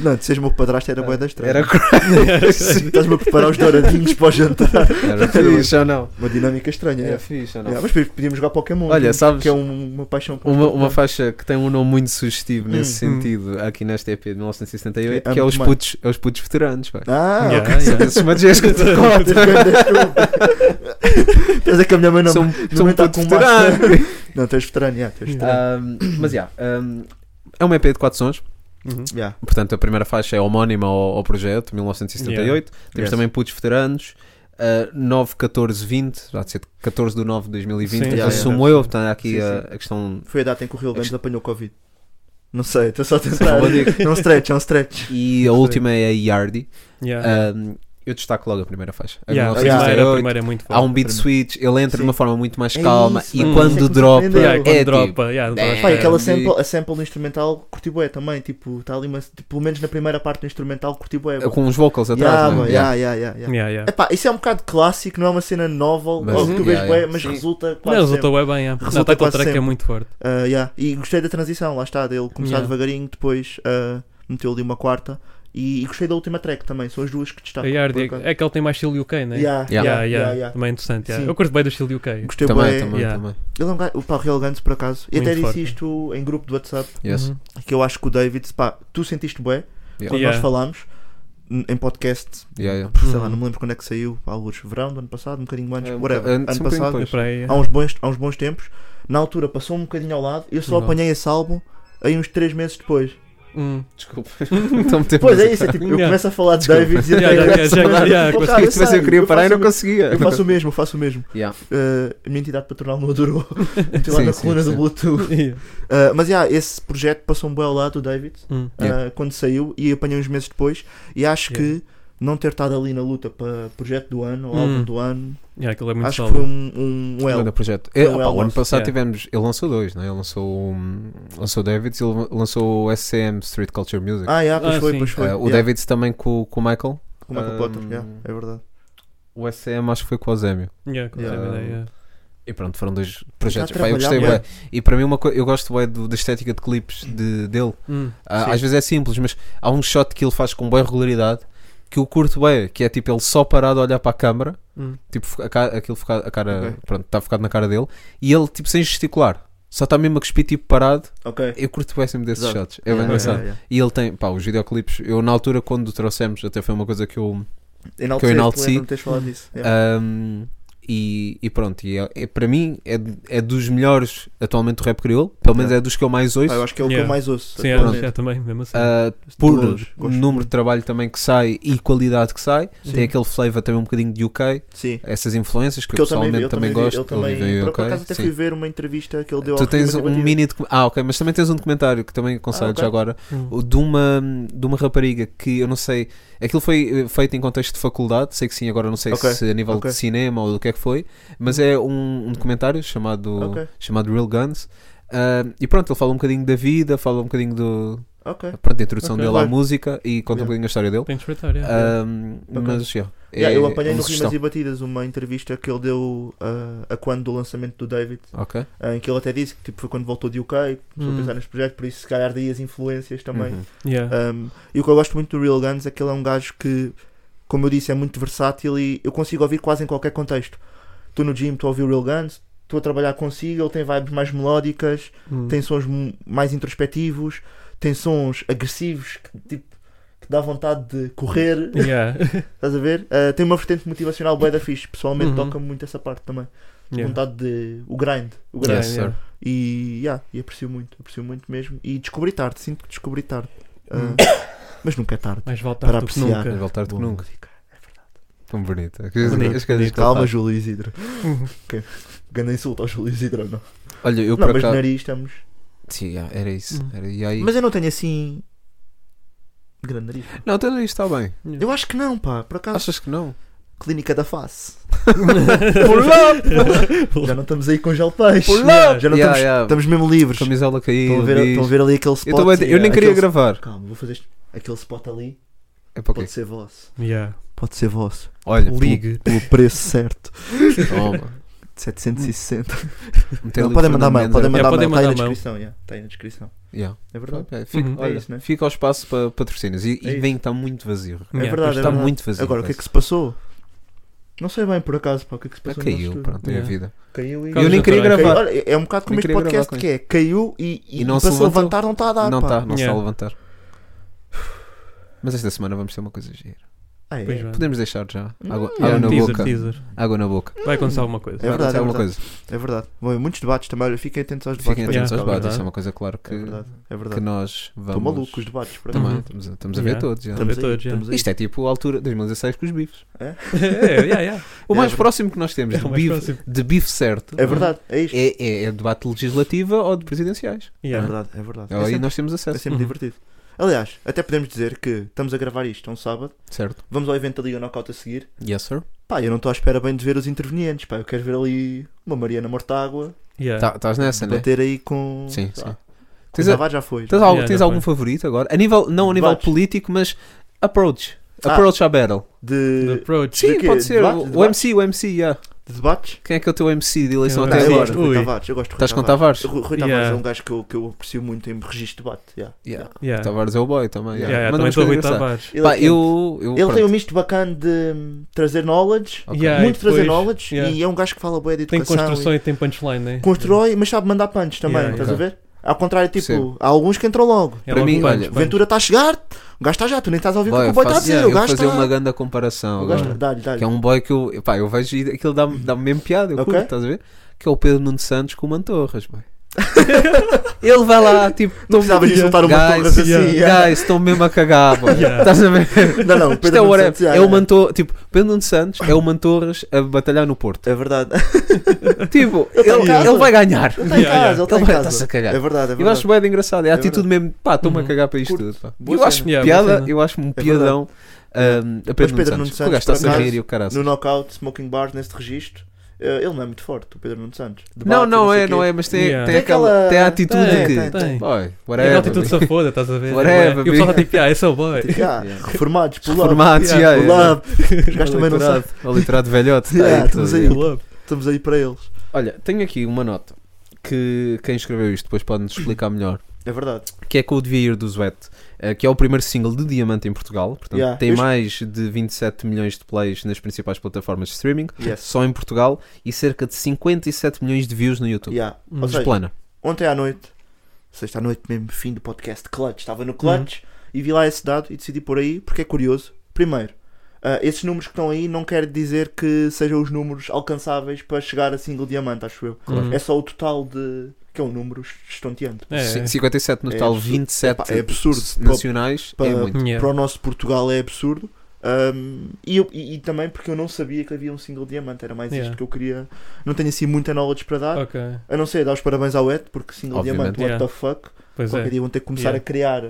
Speaker 6: Não, de seres meu padrasto era boa da estranha.
Speaker 7: Era
Speaker 6: Estás-me a preparar os douradinhos para o jantar.
Speaker 7: Era fixe ou não?
Speaker 6: Uma dinâmica estranha, é.
Speaker 7: Era fixe ou não?
Speaker 6: É, mas podíamos jogar Pokémon.
Speaker 7: Olha,
Speaker 6: que-
Speaker 7: sabes-
Speaker 6: Que é um- uma paixão por
Speaker 7: Uma, uma
Speaker 6: Pokémon.
Speaker 7: faixa que tem um nome muito sugestivo nesse
Speaker 8: Hum.
Speaker 7: sentido aqui nesta EP de 1978
Speaker 6: Que é
Speaker 7: que é os
Speaker 6: muito mais.
Speaker 7: putos, é os putos veteranos. pá.
Speaker 6: Ah,
Speaker 8: Yeah,
Speaker 6: ok.
Speaker 8: yeah.
Speaker 7: Esses magia que eu te
Speaker 6: Tens
Speaker 7: conto.
Speaker 6: grande desculpa. Estás a que a minha mãe não
Speaker 7: São,
Speaker 6: não
Speaker 7: são
Speaker 6: está
Speaker 7: putos
Speaker 6: com massa.
Speaker 7: veteranos.
Speaker 6: Não, tens veterano, yeah, tens veterano.
Speaker 7: Ahm, mas já. ahm, é uma EP de 4 sons,
Speaker 8: Uhum.
Speaker 6: Yeah.
Speaker 7: portanto a primeira faixa é homónima ao, ao projeto, 1978. Temos
Speaker 6: Yes.
Speaker 7: também putos veteranos, ah, 9, 14, 20, já de ser 14 de 9 de 2020,
Speaker 8: Sim.
Speaker 7: assumo
Speaker 6: Yeah,
Speaker 7: eu, portanto há aqui
Speaker 6: Sim,
Speaker 7: a, a questão.
Speaker 6: Foi a data em que o Rio Grande apanhou Covid. Não sei, estou só a tentar.
Speaker 7: Não vou dizer.
Speaker 6: É um stretch, é um stretch.
Speaker 7: E a última é a Yardi. Ah,
Speaker 8: Yeah.
Speaker 7: Ahm, eu destaco logo a primeira faixa. A
Speaker 8: Yeah, a,
Speaker 7: 1978.
Speaker 8: primeira, a primeira é muito forte.
Speaker 7: Há um beat switch, ele entra de
Speaker 6: Sim.
Speaker 7: uma forma muito mais
Speaker 6: É
Speaker 7: calma
Speaker 6: isso,
Speaker 7: e
Speaker 6: mano. Isso é
Speaker 7: quando
Speaker 6: que me
Speaker 7: dropa
Speaker 6: surpreendeu.
Speaker 8: Yeah, quando
Speaker 7: é tipo.
Speaker 8: dropa, yeah, não
Speaker 7: É,
Speaker 8: estava à
Speaker 6: Pai, aquela
Speaker 7: sim.
Speaker 6: sample, a sample do instrumental curti bué também, tipo, está ali, uma, tipo, pelo menos na primeira parte do instrumental curti bué.
Speaker 7: tipo, Com uns vocals atrás,
Speaker 6: Yeah,
Speaker 7: não é?
Speaker 6: boy,
Speaker 7: Yeah.
Speaker 6: yeah, yeah, yeah, yeah.
Speaker 8: espera. Yeah, yeah.
Speaker 6: Epá, isso é um bocado clássico, não é uma cena nova,
Speaker 7: Mas-
Speaker 6: logo que tu
Speaker 7: Uhum.
Speaker 6: vês
Speaker 7: Yeah,
Speaker 6: bué,
Speaker 7: yeah.
Speaker 6: mas
Speaker 7: Sim.
Speaker 6: resulta
Speaker 8: Não,
Speaker 6: quase sempre.
Speaker 8: resultou é bem, yeah.
Speaker 6: Resulta
Speaker 8: Não, tá com o
Speaker 6: quase
Speaker 8: track é
Speaker 6: sempre.
Speaker 8: muito forte.
Speaker 6: Ah, yeah. E gostei da transição, lá está, dele começar
Speaker 8: Yeah.
Speaker 6: devagarinho, depois ah, meteu ali uma quarta. E, e gostei da última track também, são as duas que
Speaker 8: A
Speaker 6: destacam. Então, por
Speaker 8: Yardi
Speaker 6: acaso.
Speaker 8: é que ele tem mais estilo UK, né?
Speaker 6: Yeah,
Speaker 7: Yeah.
Speaker 8: yeah, yeah.
Speaker 6: yeah.
Speaker 8: Também é interessante. yeah.
Speaker 6: Sim.
Speaker 8: Eu curto bem do estilo UK.
Speaker 6: Gostei
Speaker 7: Também,
Speaker 6: bué.
Speaker 7: também,
Speaker 8: Yeah.
Speaker 7: também.
Speaker 6: Ele é um gajo, pá, real grande por acaso. E
Speaker 8: Muito
Speaker 6: até disse
Speaker 8: forte.
Speaker 6: isto em grupo do WhatsApp,
Speaker 7: Yes.
Speaker 8: Uhum.
Speaker 6: É que eu acho que o David, pá, tu sentiste bué,
Speaker 7: Yeah.
Speaker 6: quando
Speaker 8: Yeah.
Speaker 6: nós falámos, n- em podcast,
Speaker 7: Yeah, yeah.
Speaker 6: sei
Speaker 8: Uhum.
Speaker 6: lá, não me lembro quando é que saiu, há alguns, verão do ano passado, um bocadinho antes,
Speaker 7: É, um
Speaker 6: whatever,
Speaker 7: boca- antes,
Speaker 6: ano
Speaker 7: um bocadinho
Speaker 6: passado,
Speaker 7: depois.
Speaker 8: É para aí,
Speaker 6: há uns, bons, há uns bons tempos, na altura passou um bocadinho ao lado, eu só
Speaker 7: Uhum.
Speaker 8: Não.
Speaker 6: apanhei esse álbum aí uns 3 meses depois. um-
Speaker 8: Hum.
Speaker 7: Desculpa. Então Estão a meter
Speaker 6: Pois é isso, é
Speaker 7: um.
Speaker 6: tipo, eu
Speaker 8: Yeah.
Speaker 6: começo a falar de
Speaker 7: Desculpa.
Speaker 6: David e até
Speaker 8: Yeah, yeah,
Speaker 6: começo a
Speaker 8: yeah,
Speaker 6: falar- Pô,
Speaker 8: yeah,
Speaker 6: cara,
Speaker 8: yeah,
Speaker 7: Consegui, mas eu
Speaker 6: sei,
Speaker 7: queria parar
Speaker 6: faço
Speaker 7: e não
Speaker 6: o mesmo.
Speaker 7: conseguia.
Speaker 6: Eu faço um o mesmo, eu faço o mesmo.
Speaker 7: Yeah.
Speaker 6: Uh, a minha entidade patronal não adorou. Meti lá
Speaker 7: Sim,
Speaker 6: na
Speaker 7: sim,
Speaker 6: coluna do
Speaker 7: sim.
Speaker 6: Bluetooth.
Speaker 8: Yeah.
Speaker 6: Uh, mas yeah, esse projeto passou um bom ao lado do David
Speaker 8: Hum.
Speaker 6: uh, quando saiu e apanhei uns meses depois. E acho que não ter estado ali na luta para projeto do ano ou
Speaker 8: Hum.
Speaker 6: álbum do ano,
Speaker 8: Yeah, aquilo é muito
Speaker 6: acho que
Speaker 8: sólido.
Speaker 6: foi um, um, um L.
Speaker 7: Grande projeto.
Speaker 6: Foi
Speaker 7: É,
Speaker 6: um
Speaker 7: pá,
Speaker 6: L
Speaker 7: o ano
Speaker 6: nosso,
Speaker 7: passado
Speaker 8: yeah.
Speaker 7: tivemos. Ele lançou dois, né? Ele lançou, hum, lançou o Davids e ele lançou o SCM Street Culture Music.
Speaker 6: Ah, yeah, pois
Speaker 8: Ah,
Speaker 6: foi,
Speaker 8: sim.
Speaker 6: pois foi.
Speaker 7: Ah, o
Speaker 6: yeah,
Speaker 7: Davids também com, com o Michael.
Speaker 6: com o Michael
Speaker 7: um,
Speaker 6: Potter, yeah, é verdade.
Speaker 7: O SCM acho que foi com o Zémio.
Speaker 8: Yeah, com
Speaker 6: um- Yeah.
Speaker 8: essa ideia, yeah.
Speaker 7: E pronto, foram dois projetos.
Speaker 6: Tá a
Speaker 7: Pá, eu gostei
Speaker 6: trabalhar,
Speaker 7: bué. E para mim, uma coisa. Eu gosto bué do- da estética de clipes de, dele.
Speaker 8: Hum.
Speaker 7: Ah,
Speaker 6: Sim.
Speaker 7: às vezes é simples, mas há um shot que ele faz com boa regularidade que eu curto bem, que é tipo ele só parado a olhar para a câmara,
Speaker 8: Hum.
Speaker 7: tipo foca- a cara, aquilo foca- a cara,
Speaker 6: Ok.
Speaker 7: pronto, está focado na cara dele, e ele tipo sem gesticular, só está mesmo a cuspir tipo parado.
Speaker 6: Ok.
Speaker 7: Eu curto bem sempre desses
Speaker 6: Exato.
Speaker 7: shots, é bem
Speaker 6: Yeah,
Speaker 7: engraçado.
Speaker 6: yeah, yeah.
Speaker 7: E ele tem, pá, os videoclipes, eu na altura quando o trouxemos, até foi uma coisa que eu. Ah,
Speaker 6: Enalteceste,
Speaker 7: enalteci.
Speaker 6: lembro-me de teres falado disso. yeah.
Speaker 7: ahm, e, e pronto, e é, é- para mim é, é dos melhores atualmente do rap crioulo, pelo menos
Speaker 6: Yeah.
Speaker 7: é dos que eu mais ouço.
Speaker 6: Pá, eu acho que é o que eu
Speaker 8: Yeah.
Speaker 6: mais ouço.
Speaker 8: Sim, é,
Speaker 6: atualmente.
Speaker 8: é também, mesmo assim.
Speaker 7: Ah, por
Speaker 6: Gosto muito, gosto
Speaker 7: número de trabalho também que sai e qualidade que sai.
Speaker 6: Sim.
Speaker 7: Tem aquele flavor também um bocadinho de UK,
Speaker 6: Sim.
Speaker 7: essas influências que
Speaker 6: Porque
Speaker 7: eu
Speaker 6: eu também, vi-
Speaker 7: pessoalmente
Speaker 6: eu também,
Speaker 7: também,
Speaker 6: vi-
Speaker 7: gosto.
Speaker 6: eu também,
Speaker 7: ele veio
Speaker 6: por, por
Speaker 7: UK,
Speaker 6: acaso até
Speaker 7: sim.
Speaker 6: fui ver uma entrevista que ele deu
Speaker 7: Tu
Speaker 6: ao
Speaker 7: tens
Speaker 6: Rio
Speaker 7: um
Speaker 6: Grande
Speaker 7: mini docu- Ah, ok, mas também tens um documentário que também aconselho
Speaker 6: Ah, ok.
Speaker 7: já agora
Speaker 8: Hum.
Speaker 7: o de uma, de uma rapariga que eu não sei. Aquilo foi eh, feito em contexto de faculdade, sei que sim, agora não sei
Speaker 6: Ok,
Speaker 7: se a nível
Speaker 6: ok.
Speaker 7: de cinema ou do que é que foi, mas é um, um documentário chamado,
Speaker 6: Ok.
Speaker 7: chamado Real Guns. Ah, e pronto, ele fala um bocadinho da vida, fala um bocadinho do,
Speaker 6: Ok.
Speaker 7: pronto, a introdução
Speaker 8: Ok.
Speaker 7: dele à
Speaker 6: Claro.
Speaker 7: música e conta
Speaker 6: Yeah.
Speaker 7: um bocadinho a história dele.
Speaker 8: Tem de respeitar, yeah.
Speaker 7: Ahm,
Speaker 6: Ok.
Speaker 7: Mas, yeah, é-
Speaker 6: Yeah, eu
Speaker 7: é
Speaker 6: apanhei
Speaker 7: uma
Speaker 6: no
Speaker 7: sugestão.
Speaker 6: Rimas e Batidas uma entrevista que ele deu ah, a quando do lançamento do David,
Speaker 7: Ok.
Speaker 6: ah, em que ele até disse que tipo, foi quando voltou de UK, começou
Speaker 8: Hum.
Speaker 6: a pensar neste projeto, por isso se calhar daí as influências também.
Speaker 7: Uhum.
Speaker 8: Yeah.
Speaker 6: Um, e o que eu gosto muito do Real Guns é que ele é um gajo que, como eu disse, é muito versátil e eu consigo ouvir quase em qualquer contexto. Estou no gym, estou a ouvir o Real Guns, estou a trabalhar consigo, ele tem vibes mais melódicas,
Speaker 8: Hum.
Speaker 6: ah, tem sons m- mais introspectivos, tem sons agressivos que, tipo, que dá vontade de correr,
Speaker 8: Yeah.
Speaker 6: estás a ver? Ah, tem uma vertente motivacional bué da fixe, pessoalmente
Speaker 8: Uhum.
Speaker 6: toca-me muito essa parte também.
Speaker 8: Yeah.
Speaker 6: Vontade de. o grind, o grind.
Speaker 7: Yes,
Speaker 8: Yeah,
Speaker 7: sir.
Speaker 6: E, yeah, e aprecio muito, aprecio muito mesmo. E descobri tarde, sinto que descobri tarde. Ah, mas nunca é tarde.
Speaker 8: Mais voltar
Speaker 6: Para
Speaker 8: do que
Speaker 6: apreciar.
Speaker 7: Vais
Speaker 8: nunca.
Speaker 7: voltar do que
Speaker 6: Boa
Speaker 7: nunca.
Speaker 6: música.
Speaker 7: Tão bonito. As
Speaker 8: Bonito,
Speaker 7: coisas- as coisas que é ele
Speaker 6: Calma,
Speaker 7: faz.
Speaker 6: Júlio Isidro. Ok. Grande insulto ao Júlio Isidro, não.
Speaker 7: Olha, eu
Speaker 6: não,
Speaker 7: por
Speaker 6: mas
Speaker 7: acaso.
Speaker 6: nariz estamos.
Speaker 7: Sim, yeah, era isso.
Speaker 8: Hum.
Speaker 7: Era... E aí...
Speaker 6: Mas eu não tenho assim. Grande nariz.
Speaker 7: Não, o teu nariz está bem.
Speaker 6: Eu acho que não, pá. Por acaso,
Speaker 7: Achas que não?
Speaker 6: clínica da face.
Speaker 7: Por lá!
Speaker 6: Já não estamos aí com gel peixe.
Speaker 7: Por lá!
Speaker 6: Já não
Speaker 7: Yeah,
Speaker 6: estamos,
Speaker 7: yeah.
Speaker 6: estamos mesmo livres.
Speaker 7: Camisola caída.
Speaker 6: Estão a, ver, estão a ver ali aquele
Speaker 7: Eu,
Speaker 6: spot.
Speaker 7: tô bem- eu nem
Speaker 6: Yeah,
Speaker 7: queria
Speaker 6: aquele-
Speaker 7: gravar.
Speaker 6: Calma, vou fazer este- aquele spot ali.
Speaker 7: É para o quê?
Speaker 6: Pode ser vosso.
Speaker 8: Yeah.
Speaker 6: Pode ser vosso.
Speaker 7: Olha,
Speaker 8: Ligue.
Speaker 6: Pelo preço certo.
Speaker 7: Toma.
Speaker 6: 760.
Speaker 7: Meteu
Speaker 6: Não, podem
Speaker 7: ali o
Speaker 6: mandar mail.
Speaker 7: Fernando
Speaker 6: Podem
Speaker 7: Mendes.
Speaker 6: mandar
Speaker 8: Yeah, podem
Speaker 6: mail. Está aí na
Speaker 8: mandar mail.
Speaker 6: descrição. yeah, Está aí na descrição.
Speaker 7: Yeah.
Speaker 6: É verdade.
Speaker 7: Ok, fica,
Speaker 8: Uhum.
Speaker 6: É
Speaker 7: olha,
Speaker 6: isso, né?
Speaker 7: fica ao espaço para patrocínios. E,
Speaker 6: É
Speaker 7: e vem que está muito vazio.
Speaker 6: É
Speaker 8: Yeah,
Speaker 6: verdade, é
Speaker 7: Está
Speaker 6: verdade.
Speaker 7: muito vazio.
Speaker 6: Agora, o que é que
Speaker 7: parece.
Speaker 6: se passou? Não sei bem, por acaso, pá, o que é que se
Speaker 7: Ah,
Speaker 6: passou? no nosso
Speaker 7: Caiu,
Speaker 6: estúdio?
Speaker 7: pronto, é a
Speaker 8: Yeah.
Speaker 7: vida.
Speaker 6: Caiu e...
Speaker 8: Caiu,
Speaker 7: eu nem queria
Speaker 8: também.
Speaker 7: gravar.
Speaker 6: Olha, é um bocado como
Speaker 7: Nem
Speaker 6: este
Speaker 7: queria gravar
Speaker 6: podcast
Speaker 7: com
Speaker 6: que é, caiu e, e,
Speaker 7: E não
Speaker 6: e
Speaker 7: se
Speaker 6: para se
Speaker 7: levantou.
Speaker 6: levantar não está a dar,
Speaker 7: não
Speaker 6: pá.
Speaker 7: está, não está a
Speaker 8: Yeah.
Speaker 7: levantar. Mas esta semana vamos ter uma coisa gira.
Speaker 6: Ah, é.
Speaker 8: Pois vai.
Speaker 7: Podemos deixar já.
Speaker 6: Hum.
Speaker 7: Água,
Speaker 8: Yeah,
Speaker 7: água na
Speaker 8: teaser,
Speaker 7: boca.
Speaker 8: teaser.
Speaker 7: Água na boca.
Speaker 8: Vai acontecer alguma coisa.
Speaker 6: um É
Speaker 7: Vai
Speaker 6: verdade,
Speaker 7: acontecer
Speaker 6: é
Speaker 7: alguma
Speaker 6: verdade,
Speaker 7: coisa.
Speaker 6: é verdade. Vão haver muitos debates também, olha, fiquem atentos aos debates.
Speaker 7: Fiquem atentos
Speaker 8: Yeah,
Speaker 7: aos
Speaker 8: é
Speaker 7: debates.
Speaker 8: verdade.
Speaker 7: Isso é uma coisa, claro, que,
Speaker 6: É verdade, é
Speaker 7: que
Speaker 6: verdade.
Speaker 7: nós vamos.
Speaker 6: Estou maluco os debates, para
Speaker 7: Também,
Speaker 8: Uhum.
Speaker 7: estamos a, estamos a ver
Speaker 8: Yeah.
Speaker 7: todos. já.
Speaker 8: Estamos
Speaker 6: Estamos
Speaker 8: a ver
Speaker 6: aí,
Speaker 8: todos, já.
Speaker 6: estamos aí.
Speaker 7: Isto é tipo a altura 2016 com os bifes.
Speaker 8: É, yeah, yeah.
Speaker 7: O
Speaker 6: É
Speaker 7: mais
Speaker 6: verdade.
Speaker 7: próximo que nós temos
Speaker 8: É
Speaker 7: de,
Speaker 8: o mais
Speaker 7: bife,
Speaker 8: próximo.
Speaker 7: de bife certo
Speaker 6: É verdade, é isto.
Speaker 7: é, é, é debate legislativa ou de presidenciais.
Speaker 6: É
Speaker 8: Yeah.
Speaker 6: verdade, é verdade. É
Speaker 7: Aí
Speaker 6: sempre-
Speaker 7: nós temos
Speaker 6: É
Speaker 7: acesso.
Speaker 6: sempre divertido. Aliás, até podemos dizer que estamos a gravar isto a um sábado,
Speaker 7: Certo.
Speaker 6: vamos ao evento da Liga Knockout a seguir.
Speaker 7: Yes, sir.
Speaker 6: Pá, eu não estou à espera bem de ver os intervenientes, pá, eu quero ver ali uma Mariana Mortágua,
Speaker 8: Yeah.
Speaker 7: Tá- Estás nessa, né?
Speaker 6: bater aí com...
Speaker 7: Sim,
Speaker 6: sei lá,
Speaker 7: sim.
Speaker 6: com
Speaker 7: Tens
Speaker 6: o
Speaker 7: a-
Speaker 6: Navarro já foi.
Speaker 7: Tens,
Speaker 6: não é?
Speaker 7: algum,
Speaker 8: Yeah,
Speaker 7: tens
Speaker 8: já
Speaker 7: algum
Speaker 8: foi.
Speaker 7: favorito agora? A nível, não a nível
Speaker 6: Debates.
Speaker 7: político, mas approach.
Speaker 6: Ah.
Speaker 7: Approach à battle.
Speaker 8: The
Speaker 6: De...
Speaker 8: approach.
Speaker 7: Sim,
Speaker 6: quê?
Speaker 7: pode ser.
Speaker 6: Debates?
Speaker 7: o, o
Speaker 6: Debates?
Speaker 7: MC, o MC, yeah.
Speaker 6: de debates?
Speaker 7: Quem é que é o teu MC de eleição
Speaker 8: Quem
Speaker 6: Não,
Speaker 8: é
Speaker 7: até
Speaker 6: eu
Speaker 8: o
Speaker 7: agora?
Speaker 6: gosto de Rui
Speaker 8: Ui.
Speaker 6: Tavares, eu gosto de Rui
Speaker 7: Estás com
Speaker 6: Tavares.
Speaker 7: Tavares?
Speaker 6: Rui, Rui Tavares
Speaker 8: Yeah.
Speaker 6: é um gajo que eu, que eu aprecio muito em registro de debate. yeah.
Speaker 7: Yeah.
Speaker 6: Tá
Speaker 8: Yeah.
Speaker 7: Tavares é o boy também.
Speaker 8: Yeah,
Speaker 7: Yeah.
Speaker 8: yeah,
Speaker 7: Manda
Speaker 8: também
Speaker 7: umas
Speaker 8: sou o
Speaker 7: coisas
Speaker 8: Rui
Speaker 7: engraçadas.
Speaker 8: Tavares.
Speaker 6: Ele,
Speaker 7: Pá,
Speaker 6: é-
Speaker 7: eu. eu
Speaker 6: ele tem um
Speaker 7: pronto.
Speaker 6: misto bacana de hum, trazer knowledge,
Speaker 7: Ok.
Speaker 8: Yeah,
Speaker 6: muito
Speaker 8: e
Speaker 6: trazer
Speaker 8: depois-
Speaker 6: knowledge,
Speaker 8: yeah.
Speaker 6: e é um gajo que fala boa de
Speaker 8: Tem
Speaker 6: educação.
Speaker 8: construção e tem punchline, né?
Speaker 6: e Constrói, mas sabe mandar punch também,
Speaker 8: Yeah,
Speaker 6: estás
Speaker 7: ok.
Speaker 6: a ver? Ao contrário, tipo,
Speaker 7: Percebo.
Speaker 6: há alguns que entram logo.
Speaker 8: É
Speaker 7: Para
Speaker 8: logo
Speaker 7: mim,
Speaker 8: punch,
Speaker 7: olha,
Speaker 8: punch.
Speaker 6: Ventura está a chegar, o gajo está já, tu nem estás a ouvir o
Speaker 7: Boy,
Speaker 6: que
Speaker 7: eu
Speaker 6: o boy está a
Speaker 7: faço-
Speaker 6: dizer,
Speaker 7: yeah,
Speaker 6: o
Speaker 7: eu vou
Speaker 6: gajo
Speaker 7: fazer
Speaker 6: está...
Speaker 7: uma grande comparação
Speaker 6: O gajo está...
Speaker 7: agora.
Speaker 6: Dá-lhe, dá-lhe.
Speaker 7: Que é um boy que eu. Pá, eu vejo e aquilo dá-me dá mesmo piada. Eu
Speaker 6: Ok.
Speaker 7: curto, estás a ver? Que é o Pedro Nuno Santos com o Mantorras, boy. Ele vai lá, tipo.
Speaker 6: Não precisavas insultar o Mantorras assim. yeah.
Speaker 7: Guys, estão mesmo a cagar, boy.
Speaker 8: Yeah.
Speaker 7: Estás a ver?
Speaker 6: Não, não,
Speaker 7: Isto é
Speaker 6: Pedro
Speaker 7: o
Speaker 6: Nuno
Speaker 7: whatever.
Speaker 6: Santos, yeah,
Speaker 7: É o
Speaker 6: yeah.
Speaker 7: Mantor, tipo, Pedro Nuno Santos é o Mantorras a batalhar no Porto.
Speaker 6: É verdade.
Speaker 7: Tipo,
Speaker 6: Ele
Speaker 7: ele,
Speaker 6: tá em casa.
Speaker 7: ele vai ganhar.
Speaker 6: Ele está em
Speaker 8: Yeah, yeah.
Speaker 6: casa, ele está em
Speaker 7: Ele
Speaker 6: casa.
Speaker 7: está-se a cagar.
Speaker 6: É verdade, é
Speaker 7: Eu acho
Speaker 6: verdade.
Speaker 7: bem engraçado, é a
Speaker 6: É
Speaker 7: atitude mesmo, pá, estou-me a
Speaker 8: Uhum.
Speaker 7: cagar para isto
Speaker 6: Curto.
Speaker 7: tudo. Pá.
Speaker 6: Boa
Speaker 7: Eu acho
Speaker 8: cena. Yeah, boa
Speaker 7: piada,
Speaker 8: cena.
Speaker 7: eu acho-me um
Speaker 6: verdade.
Speaker 7: piadão um, a
Speaker 6: É Pedro
Speaker 7: Pedro, Nuno
Speaker 6: Nuno
Speaker 7: Santos. O
Speaker 6: Santos,
Speaker 7: gajo está-se a
Speaker 6: por
Speaker 7: rir
Speaker 6: acaso,
Speaker 7: e o caralho.
Speaker 6: no knockout, smoking bars, neste registro, eh, ele não é muito forte, o Pedro Nuno Santos. Debate,
Speaker 7: Não, não
Speaker 6: sei
Speaker 7: é,
Speaker 6: quê.
Speaker 7: não é, mas tem,
Speaker 8: Yeah.
Speaker 7: tem,
Speaker 6: Tem
Speaker 7: aquela,
Speaker 6: aquela-
Speaker 7: tem a atitude
Speaker 8: Tem,
Speaker 7: que.
Speaker 8: tem, tem.
Speaker 7: Boy,
Speaker 8: É a
Speaker 7: whatever.
Speaker 8: atitude
Speaker 7: big.
Speaker 8: safoda, estás a ver?
Speaker 7: Whatever,
Speaker 8: E o pessoal
Speaker 7: big.
Speaker 8: está tipo, ah, esse é o boy.
Speaker 6: Tipo, ah, reformados, pull up.
Speaker 7: Reformados, yeah,
Speaker 6: pull
Speaker 7: yeah.
Speaker 6: up. Os gajos também não sabem.
Speaker 7: O literado velhote. tá aí
Speaker 6: Yeah,
Speaker 7: tudo,
Speaker 6: estamos aí.
Speaker 7: yeah.
Speaker 8: Pull up.
Speaker 6: Estamos aí para eles.
Speaker 7: Olha, tenho aqui uma nota que quem escreveu isto depois pode-nos explicar melhor.
Speaker 6: É verdade.
Speaker 7: que é com o Devia Ir do Zuete, eh, que é o primeiro single de diamante em Portugal. Portanto,
Speaker 6: Yeah.
Speaker 7: tem
Speaker 6: Eu-
Speaker 7: mais de 27 milhões de plays nas principais plataformas de streaming,
Speaker 6: Yes.
Speaker 7: só em Portugal, e cerca de 57 milhões de views no YouTube.
Speaker 6: Yeah. Ou
Speaker 8: Mas
Speaker 6: seja,
Speaker 7: Desplana.
Speaker 6: ontem à noite, sexta à noite mesmo, fim do podcast Clutch, estava no
Speaker 8: Uhum.
Speaker 6: Clutch e vi lá esse dado e decidi por aí porque é curioso. Primeiro, ah, esses números que estão aí não quer dizer que sejam os números alcançáveis para chegar a single diamante, acho eu.
Speaker 8: Uhum.
Speaker 6: É só o total de. que é um número estonteante.
Speaker 8: É,
Speaker 7: Ci-
Speaker 8: é.
Speaker 7: 57 no
Speaker 6: É
Speaker 7: total,
Speaker 6: absurdo.
Speaker 7: 27
Speaker 6: Epá, é absurdo.
Speaker 7: nacionais,
Speaker 6: Pa-
Speaker 7: é
Speaker 6: pa-
Speaker 7: muito.
Speaker 8: Yeah.
Speaker 6: Para o nosso Portugal é absurdo. Ahm, e, eu- e- e também porque eu não sabia que havia um single diamante, era mais
Speaker 8: Yeah.
Speaker 6: isto que eu queria. Não tenho assim muita knowledge para dar,
Speaker 8: Ok,
Speaker 6: a não ser dar os parabéns ao Ed, porque single
Speaker 7: Obviamente.
Speaker 6: diamante, what
Speaker 8: Yeah.
Speaker 6: the fuck.
Speaker 8: pois
Speaker 6: Qualquer
Speaker 8: é.
Speaker 6: dia vão ter que começar
Speaker 8: Yeah.
Speaker 6: a criar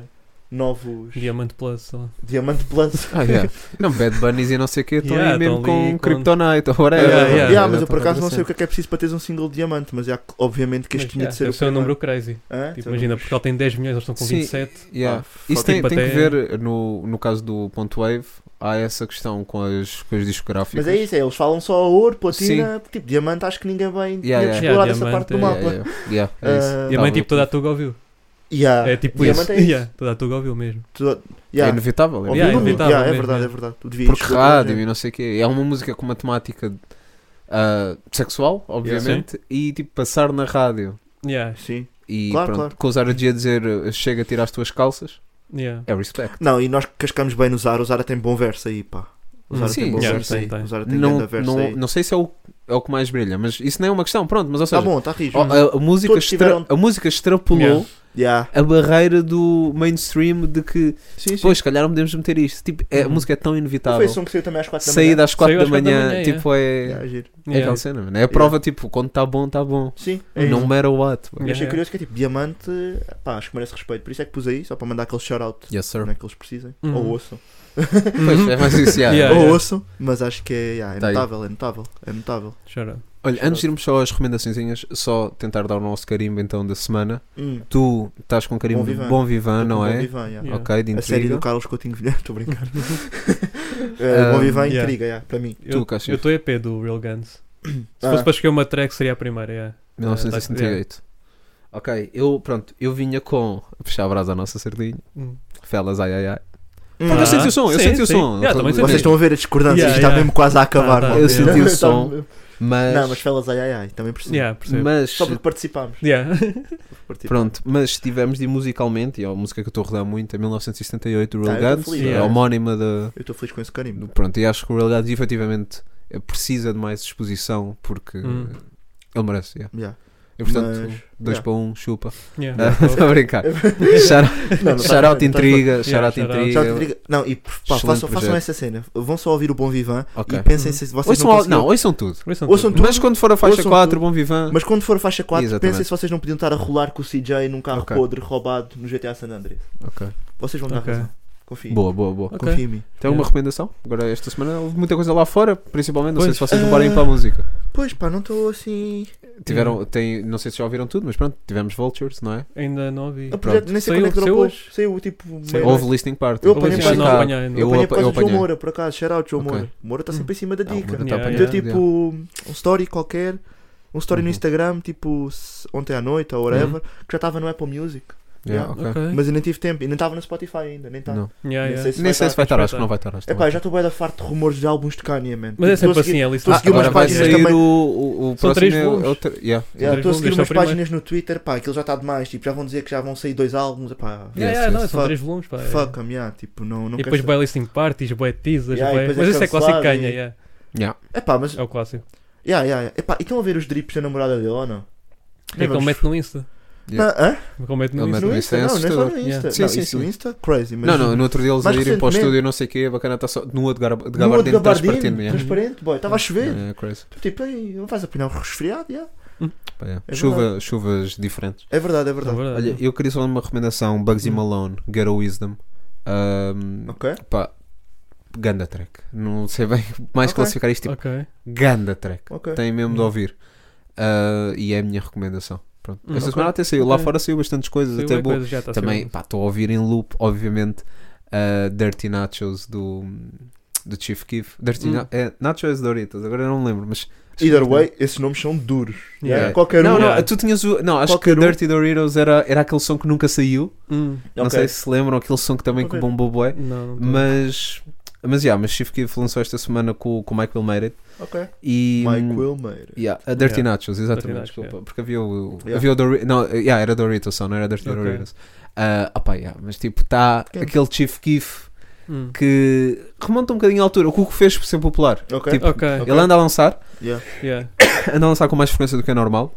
Speaker 6: novos
Speaker 8: Diamante Plus, sei lá.
Speaker 6: Diamante Plus.
Speaker 7: Ah, yeah. Não, Bad Bunnies e não sei o que, estão
Speaker 8: Yeah,
Speaker 7: aí mesmo
Speaker 8: estão ali
Speaker 7: com
Speaker 8: com-
Speaker 7: Kryptonite ou
Speaker 6: Ah,
Speaker 7: whatever.
Speaker 8: Yeah, yeah.
Speaker 6: yeah, mas eu por
Speaker 7: estão
Speaker 6: acaso não sei o
Speaker 7: aparecendo.
Speaker 6: que é que é preciso para teres um single diamante, mas é que, obviamente que este
Speaker 8: Mas,
Speaker 6: tinha
Speaker 8: yeah,
Speaker 6: de ser
Speaker 8: deve ser um número
Speaker 6: primeiro.
Speaker 8: crazy.
Speaker 6: Hã?
Speaker 8: Tipo,
Speaker 6: Então,
Speaker 8: imagina, Portugal tem 10 milhões, eles estão com
Speaker 7: Sim.
Speaker 8: 27.
Speaker 7: Yeah.
Speaker 6: Ah,
Speaker 7: Isso tem,
Speaker 8: tipo,
Speaker 7: tem que
Speaker 8: até-
Speaker 7: ver, no, no caso do Ponto Wave, há essa questão com as, com as discográficas.
Speaker 6: Mas é isso, é, eles falam só ouro, platina,
Speaker 7: Sim.
Speaker 6: tipo diamante, acho que ninguém vai
Speaker 7: Yeah, yeah.
Speaker 6: explorar
Speaker 8: Yeah,
Speaker 6: essa
Speaker 8: diamante,
Speaker 6: parte do
Speaker 8: é-
Speaker 6: mapa.
Speaker 7: Yeah, yeah, yeah, é isso.
Speaker 6: Ah,
Speaker 8: E a
Speaker 7: Tá,
Speaker 8: mãe,
Speaker 7: eu-
Speaker 8: tipo, toda a Tuga ouviu.
Speaker 6: Yeah.
Speaker 8: É tipo isso.
Speaker 6: Diamante é isso.
Speaker 8: Yeah, Toda a Tuga ouviu mesmo.
Speaker 6: Tu- yeah.
Speaker 7: É inevitável.
Speaker 6: Ouviu?
Speaker 8: Yeah, é
Speaker 6: Yeah,
Speaker 8: inevitável
Speaker 6: é
Speaker 8: mesmo,
Speaker 6: verdade,
Speaker 8: é.
Speaker 6: é verdade. Tu devias
Speaker 7: porque
Speaker 6: explorar,
Speaker 7: rádio
Speaker 6: é.
Speaker 7: e não sei o quê. É uma música com uma temática ah, sexual, obviamente, e tipo passar na rádio.
Speaker 8: Yeah,
Speaker 6: Sim.
Speaker 7: E
Speaker 6: Claro,
Speaker 7: pronto,
Speaker 6: claro.
Speaker 7: com o Zara G a dizer eh, chega a tirar as tuas calças,
Speaker 8: yeah.
Speaker 7: é respect.
Speaker 6: Não, e nós cascamos bem no Zara, o Zara tem bom verso aí, pá. Usar
Speaker 7: Sim,
Speaker 6: o tempo
Speaker 8: yeah,
Speaker 6: verso
Speaker 8: sim,
Speaker 6: aí.
Speaker 8: tem.
Speaker 6: Usar o
Speaker 7: Não,
Speaker 6: tempo verso
Speaker 7: não,
Speaker 6: aí.
Speaker 7: não sei se é o, é o que mais brilha, mas isso não é uma questão. Pronto, mas ou
Speaker 6: Tá
Speaker 7: seja,
Speaker 6: bom, tá rijo.
Speaker 7: a- a, a música
Speaker 6: Todos
Speaker 7: extra-
Speaker 6: tiveram-
Speaker 7: a música extrapolou
Speaker 8: Yeah.
Speaker 6: Yeah.
Speaker 7: a barreira do mainstream de que,
Speaker 6: Sim, sim.
Speaker 7: pois, se calhar não podemos meter isto. Tipo, é- a
Speaker 8: Uhum.
Speaker 7: música é tão
Speaker 6: Foi
Speaker 7: inevitável.
Speaker 6: esse som que saiu também às 4 da manhã.
Speaker 7: Saída às 4
Speaker 8: Saiu
Speaker 7: da
Speaker 8: às quatro da
Speaker 7: manhã,
Speaker 8: manhã,
Speaker 7: tipo, é,
Speaker 6: Yeah, giro.
Speaker 7: é aquela cena, mano. É a prova, tipo, quando está bom, está bom.
Speaker 6: Sim, é
Speaker 7: não
Speaker 6: isso.
Speaker 7: matter what.
Speaker 6: Eu achei
Speaker 8: Yeah, yeah.
Speaker 6: curioso que é tipo diamante, pá, acho que merece respeito. Por isso é que pus aí, só para mandar aquele shout-out
Speaker 7: Yes, sir.
Speaker 6: né, que eles precisem.
Speaker 8: Uhum.
Speaker 6: Ou ouçam. Uhum.
Speaker 7: Pois, é mais isso, yeah.
Speaker 8: Yeah.
Speaker 6: Ou ouçam, mas acho que é, yeah, é
Speaker 7: Tá aí.
Speaker 6: notável, é notável, é notável.
Speaker 8: Chora.
Speaker 7: Olha, antes de irmos só às recomendaçõezinhas, só tentar dar o nosso carimbo então da semana.
Speaker 6: Hum,
Speaker 7: Tu estás com um carimbo
Speaker 6: Bom
Speaker 7: de
Speaker 6: Vivan.
Speaker 7: Bom Vivan, não
Speaker 6: Então, Bom
Speaker 7: é?
Speaker 6: Vivan, yeah.
Speaker 8: Yeah.
Speaker 7: Ok, de
Speaker 6: A série
Speaker 7: intriga.
Speaker 6: do Carlos Coutinho Vilhena, estou a brincar. Eh, Bom
Speaker 7: Um,
Speaker 6: Vivan
Speaker 8: yeah.
Speaker 6: intriga, yeah, para mim.
Speaker 8: Eu
Speaker 7: Cássio.
Speaker 8: eu estou EP do Real Guns. Se
Speaker 6: Ah.
Speaker 8: fosse para escolher uma track, seria a primeira. yeah.
Speaker 7: 1968. Ok, eu, pronto, eu vinha com. Puxar a brasa à nossa sardinha.
Speaker 8: Hum.
Speaker 7: Felas, ai ai ai.
Speaker 6: Hum.
Speaker 7: Porque eu senti o
Speaker 8: Ah,
Speaker 7: som, eu
Speaker 8: sim,
Speaker 7: senti o
Speaker 8: sim.
Speaker 7: som.
Speaker 8: Yeah, também
Speaker 6: Vocês
Speaker 8: senti.
Speaker 6: estão a ver a discordância,
Speaker 8: Yeah,
Speaker 6: isto está
Speaker 8: yeah.
Speaker 6: mesmo quase a acabar.
Speaker 8: Tá, tá.
Speaker 6: malta.
Speaker 7: Ah, Eu senti o
Speaker 6: Está-
Speaker 7: som, mas.
Speaker 6: Não, mas felas ai ai ai, também percebo.
Speaker 8: Yeah, percebo.
Speaker 7: mas-
Speaker 6: Só porque participámos.
Speaker 8: Yeah.
Speaker 6: Participámos.
Speaker 7: Pronto, mas se tivermos de ir musicalmente, e é a música que eu estou a rodar muito, é 1978, do
Speaker 6: Ah,
Speaker 7: Real
Speaker 6: eu tô
Speaker 7: Guns,
Speaker 6: feliz,
Speaker 7: é
Speaker 8: yeah.
Speaker 7: a homónima da.
Speaker 6: Eu estou feliz com esse carimbo.
Speaker 7: do- Pronto, e acho que o Real Guns efetivamente eh, precisa de mais exposição porque
Speaker 8: Hum.
Speaker 7: eh, ele merece. yeah.
Speaker 6: Yeah.
Speaker 7: E portanto,
Speaker 6: Mas,
Speaker 7: 2
Speaker 6: yeah.
Speaker 7: para 1, um, chupa.
Speaker 6: É.
Speaker 8: Yeah.
Speaker 7: Ah, Estou a brincar. Shout-
Speaker 6: Não, não tá
Speaker 7: Shout-out
Speaker 6: bem, não tá bem.
Speaker 7: intriga,
Speaker 8: Yeah,
Speaker 7: shout-out
Speaker 8: shout-out.
Speaker 6: Shout-out
Speaker 7: intriga.
Speaker 6: intriga. Não, e pá,
Speaker 7: Excelente
Speaker 6: façam,
Speaker 7: projeto.
Speaker 6: façam essa cena. Vão só ouvir o Bom Vivan
Speaker 7: Ok. Uhum.
Speaker 6: e pensem se vocês
Speaker 7: Ouçam
Speaker 6: não,
Speaker 7: ao-
Speaker 6: conseguiram-
Speaker 7: não, ouçam tudo.
Speaker 8: Ouçam
Speaker 6: Ouçam
Speaker 8: tudo.
Speaker 6: tudo.
Speaker 7: Mas quando for a faixa
Speaker 6: Então, Ouçam
Speaker 7: 4,
Speaker 6: tudo.
Speaker 7: bom vivan.
Speaker 6: Mas quando for a faixa 4,
Speaker 7: Exatamente.
Speaker 6: pensem se vocês não podiam estar a rolar com o CJ num carro
Speaker 7: Ok.
Speaker 6: podre roubado no GTA San Andreas.
Speaker 7: Ok.
Speaker 6: Vocês vão dar
Speaker 8: Ok.
Speaker 6: razão. Confiem.
Speaker 7: Boa, boa, boa.
Speaker 8: Ok.
Speaker 6: Confiem em mim.
Speaker 7: Tem alguma
Speaker 8: Yeah.
Speaker 7: recomendação? Agora esta semana houve muita coisa lá fora, principalmente, não sei
Speaker 8: Pois.
Speaker 7: se vocês
Speaker 6: Ah.
Speaker 7: levarem para a música.
Speaker 6: Pois pá, não estou assim.
Speaker 7: Tiveram, tem, não sei se já ouviram tudo, mas pronto, tivemos Vultures, não é?
Speaker 8: Ainda não ouvi.
Speaker 6: O projeto nem sei
Speaker 8: Saiu-
Speaker 6: quando é que
Speaker 8: saiu
Speaker 6: dropou.
Speaker 8: hoje.
Speaker 6: Saiu tipo. meia-noite.
Speaker 7: Houve Listening Party.
Speaker 6: Eu apanhei,
Speaker 7: Em
Speaker 6: mas não
Speaker 7: Chicago.
Speaker 8: apanhei, não.
Speaker 6: apanhei
Speaker 7: Eu
Speaker 6: por
Speaker 7: apa- eu
Speaker 6: causa do João
Speaker 7: apanhei.
Speaker 6: Moura, por acaso. Shout out, João
Speaker 7: Ok.
Speaker 6: Moura. Moura está sempre em cima da
Speaker 7: Ah, o
Speaker 6: dica.
Speaker 7: Moura tá
Speaker 8: Yeah,
Speaker 7: apanhado,
Speaker 6: Deu
Speaker 8: yeah.
Speaker 6: tipo um story qualquer, um story no
Speaker 7: Uhum.
Speaker 6: Instagram, tipo s- ontem à noite ou whatever,
Speaker 8: Uhum.
Speaker 6: que já estava no Apple Music.
Speaker 7: Yeah, ok.
Speaker 8: Ok.
Speaker 6: Mas eu nem tive tempo, e nem estava no Spotify ainda, nem está.
Speaker 7: Não.
Speaker 8: Yeah,
Speaker 6: nem
Speaker 8: yeah.
Speaker 6: sei se-
Speaker 7: Nem sei se vai estar,
Speaker 8: vai
Speaker 7: acho que
Speaker 8: estar.
Speaker 7: não vai estar. acho que
Speaker 6: É
Speaker 7: não vai
Speaker 6: pá, já estou bem da farto de rumores de álbuns de Kanye, man.
Speaker 8: Mas é
Speaker 6: Tipo, tô
Speaker 8: sempre
Speaker 6: a seguir-
Speaker 8: assim, é lista.
Speaker 6: tô a
Speaker 7: estar.
Speaker 6: seguir umas
Speaker 7: Ah, Agora vai
Speaker 6: páginas
Speaker 7: sair
Speaker 6: também.
Speaker 7: o, o, o
Speaker 8: São três
Speaker 7: próximo. é o- é o
Speaker 8: volumes.
Speaker 7: ter- yeah,
Speaker 6: Yeah,
Speaker 8: Dois
Speaker 6: Estou a seguir
Speaker 8: volumes,
Speaker 6: umas
Speaker 8: só o primeiro.
Speaker 6: páginas no Twitter, pá, aquilo já está demais, tipo, já vão dizer que já vão sair dois álbuns, pá.
Speaker 8: Yeah,
Speaker 7: Yes,
Speaker 8: yeah, não,
Speaker 7: yes.
Speaker 8: são
Speaker 6: Fuck.
Speaker 8: três volumes, pá. é.
Speaker 6: Fuck 'em, yeah, tipo, não, não
Speaker 8: E depois
Speaker 6: quero
Speaker 8: vai listing parties, boé teasers,
Speaker 6: Yeah, e
Speaker 8: bué-
Speaker 6: depois é
Speaker 8: Mas isso é
Speaker 6: cancelado
Speaker 8: clássico canha,
Speaker 6: e-
Speaker 8: yeah.
Speaker 7: yeah.
Speaker 6: saber. É pá, mas.
Speaker 8: é o clássico.
Speaker 6: Yeah, yeah, yeah. Epá, e estão a ver os drips da namorada dele ou não?
Speaker 8: É que ele
Speaker 6: vamos-
Speaker 8: mete no Insta.
Speaker 6: Não, hã?
Speaker 8: Ele mete no Insta.
Speaker 7: Ele mete-
Speaker 6: No
Speaker 7: no
Speaker 6: Insta, não,
Speaker 7: Insta,
Speaker 6: não é só no
Speaker 8: yeah.
Speaker 6: Insta.
Speaker 7: Sim,
Speaker 6: Não,
Speaker 7: sim,
Speaker 6: isso no
Speaker 7: sim.
Speaker 6: Insta, crazy, mas.
Speaker 7: Não, não, no outro dia eles a
Speaker 6: Mas
Speaker 7: irem para o
Speaker 6: recentemente-
Speaker 7: estúdio e não sei o quê, bacana está só. No outro gar- de
Speaker 6: No outro
Speaker 7: gabardino estás partindo.
Speaker 6: gabardino,
Speaker 7: yeah. Uhum.
Speaker 6: transparente, boy, estava a chover.
Speaker 7: Yeah, crazy.
Speaker 6: Tu, Tipo, ei, não vais apanhar um resfriado, yeah.
Speaker 7: Pá, yeah.
Speaker 6: É
Speaker 7: Chuva, chuvas diferentes.
Speaker 6: É verdade, é
Speaker 8: É
Speaker 6: verdade.
Speaker 8: verdade.
Speaker 7: Olha, eu queria só dar uma recomendação: Bugsy
Speaker 8: Hum.
Speaker 7: Malone, Get a Wisdom. Ahm,
Speaker 6: Ok?
Speaker 7: pá, ganda track. Não sei bem mais
Speaker 6: Ok.
Speaker 7: classificar isto. Tipo,
Speaker 8: Ok.
Speaker 7: ganda track.
Speaker 6: Ok.
Speaker 7: Tem mesmo de ouvir. Ah, e é a minha recomendação. Pronto.
Speaker 8: Hum,
Speaker 7: Esta
Speaker 8: ok.
Speaker 7: semana até saiu. Lá
Speaker 8: Ok.
Speaker 7: fora saiu bastantes coisas,
Speaker 8: Saiu
Speaker 7: até
Speaker 8: bué
Speaker 7: boa.
Speaker 8: coisa, tá já está a sair
Speaker 7: Também,
Speaker 8: bué.
Speaker 7: pá, estou a ouvir em loop, obviamente, ah, Dirty Nachos do, do Chief Keef. Dirty
Speaker 8: Hum.
Speaker 7: Na- é, Nachos Doritos, agora eu não me lembro, mas.
Speaker 6: Either way, esses nomes são duros.
Speaker 8: Yeah.
Speaker 6: Yeah. Qualquer
Speaker 7: não,
Speaker 6: um.
Speaker 7: não,
Speaker 8: Yeah.
Speaker 7: tu tinhas o. Não, acho
Speaker 6: Qualquer
Speaker 7: que
Speaker 6: um.
Speaker 7: Dirty Doritos era, era aquele som que nunca saiu.
Speaker 8: Hum,
Speaker 7: Não
Speaker 6: Ok.
Speaker 7: sei se se lembram, aquele som que também que
Speaker 6: Ok.
Speaker 7: bombou bué.
Speaker 8: Não, não tô.
Speaker 7: Mas, mas, yeah, mas Chief Keef lançou esta semana com, com o Michael Made
Speaker 6: Ok.
Speaker 7: e
Speaker 6: Mike Wilmeira.
Speaker 7: Yeah, a Dirty
Speaker 8: Yeah.
Speaker 7: Nachos, exatamente,
Speaker 8: Dirty Nachos,
Speaker 7: desculpa.
Speaker 8: yeah.
Speaker 7: Porque havia o.
Speaker 6: Yeah.
Speaker 7: Havia o Doritos. Não, yeah, era Doritos só, não era Dirty
Speaker 8: Ok.
Speaker 7: Doritos. Ah, opá, yeah, mas tipo, está
Speaker 6: Quem?
Speaker 7: aquele Chief Keef
Speaker 8: Hum.
Speaker 7: que remonta um bocadinho à altura. O que o Cuco fez por ser popular.
Speaker 6: Ok.
Speaker 7: Tipo,
Speaker 8: Ok,
Speaker 6: Ok.
Speaker 7: Ele anda a lançar,
Speaker 6: Yeah.
Speaker 8: yeah.
Speaker 7: anda a lançar com mais frequência do que é normal,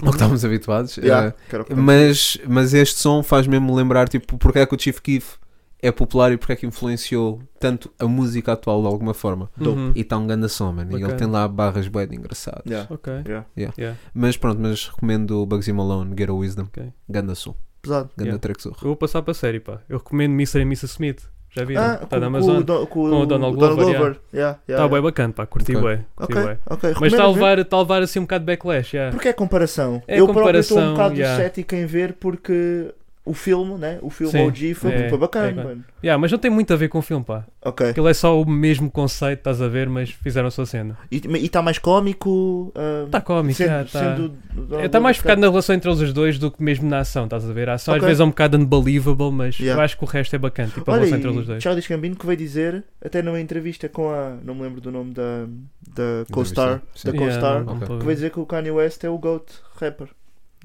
Speaker 7: ao que estávamos habituados.
Speaker 6: Uhum. Yeah.
Speaker 7: Ah,
Speaker 6: Quero que-
Speaker 7: mas, mas este som faz mesmo lembrar tipo, porque é que o Chief Keef é popular e porque é que influenciou tanto a música atual de alguma forma.
Speaker 6: Dope.
Speaker 8: Uhum.
Speaker 7: E está um grande som, mano. E
Speaker 8: Bacana.
Speaker 7: ele tem lá barras bem engraçadas.
Speaker 6: Yeah.
Speaker 8: Ok.
Speaker 6: Yeah.
Speaker 8: Yeah.
Speaker 7: Mas pronto, mas recomendo o Bugsy Malone, Get a Wisdom.
Speaker 8: Ok.
Speaker 7: Ganda som,
Speaker 6: Pesado.
Speaker 7: ganda
Speaker 8: Yeah.
Speaker 7: track surra.
Speaker 8: Eu vou passar para a série, pá. Eu recomendo Mr. e Mrs. Smith. Já viram?
Speaker 6: Ah,
Speaker 8: Está
Speaker 6: com,
Speaker 8: na
Speaker 6: com, o
Speaker 8: Amazon.
Speaker 6: Don- com
Speaker 8: Com
Speaker 6: o
Speaker 8: o Donald
Speaker 6: Donald
Speaker 8: Glover,
Speaker 6: Glover. Yeah, yeah,
Speaker 8: Está
Speaker 6: yeah.
Speaker 8: bem bacana, pá. Curti
Speaker 7: Ok.
Speaker 8: bué. curti
Speaker 6: Ok,
Speaker 8: bué.
Speaker 6: ok.
Speaker 8: Mas
Speaker 6: Recomendo
Speaker 8: está a
Speaker 6: ver.
Speaker 8: levar, está a levar assim um bocado de backlash, yeah.
Speaker 6: Porque é comparação.
Speaker 8: É
Speaker 6: eu próprio estou um
Speaker 8: comparação,
Speaker 6: bocado
Speaker 8: yeah.
Speaker 6: cético em ver porque o filme, né? O filme
Speaker 8: Sim.
Speaker 6: OG foi,
Speaker 8: É,
Speaker 6: foi bacana,
Speaker 8: é bacana.
Speaker 6: mano.
Speaker 8: Yeah, mas não tem muito a ver com o filme, pá.
Speaker 6: Ok.
Speaker 8: Aquilo é só o mesmo conceito, estás a ver, mas fizeram a sua cena.
Speaker 6: E está mais cómico. ah,
Speaker 8: Está cómico,
Speaker 6: Sendo,
Speaker 8: yeah, tá.
Speaker 6: sendo do- do-
Speaker 8: Está
Speaker 6: do-
Speaker 8: mais
Speaker 6: do-
Speaker 8: focado na relação entre eles os dois do que mesmo na ação, estás a ver? A ação
Speaker 6: Ok.
Speaker 8: às vezes é um bocado unbelievable, mas
Speaker 6: Yeah.
Speaker 8: eu acho que o resto é bacana, tipo a
Speaker 6: Olha,
Speaker 8: relação entre eles os
Speaker 6: e
Speaker 8: dois.
Speaker 6: Charles Gambino que veio dizer, até numa entrevista com a. Não me lembro do nome da. Da co-star.
Speaker 7: Sim.
Speaker 6: Da co-star.
Speaker 8: não- não
Speaker 7: Ok.
Speaker 8: tô a
Speaker 6: Que
Speaker 8: ver.
Speaker 6: veio dizer que o Kanye West é o GOAT rapper.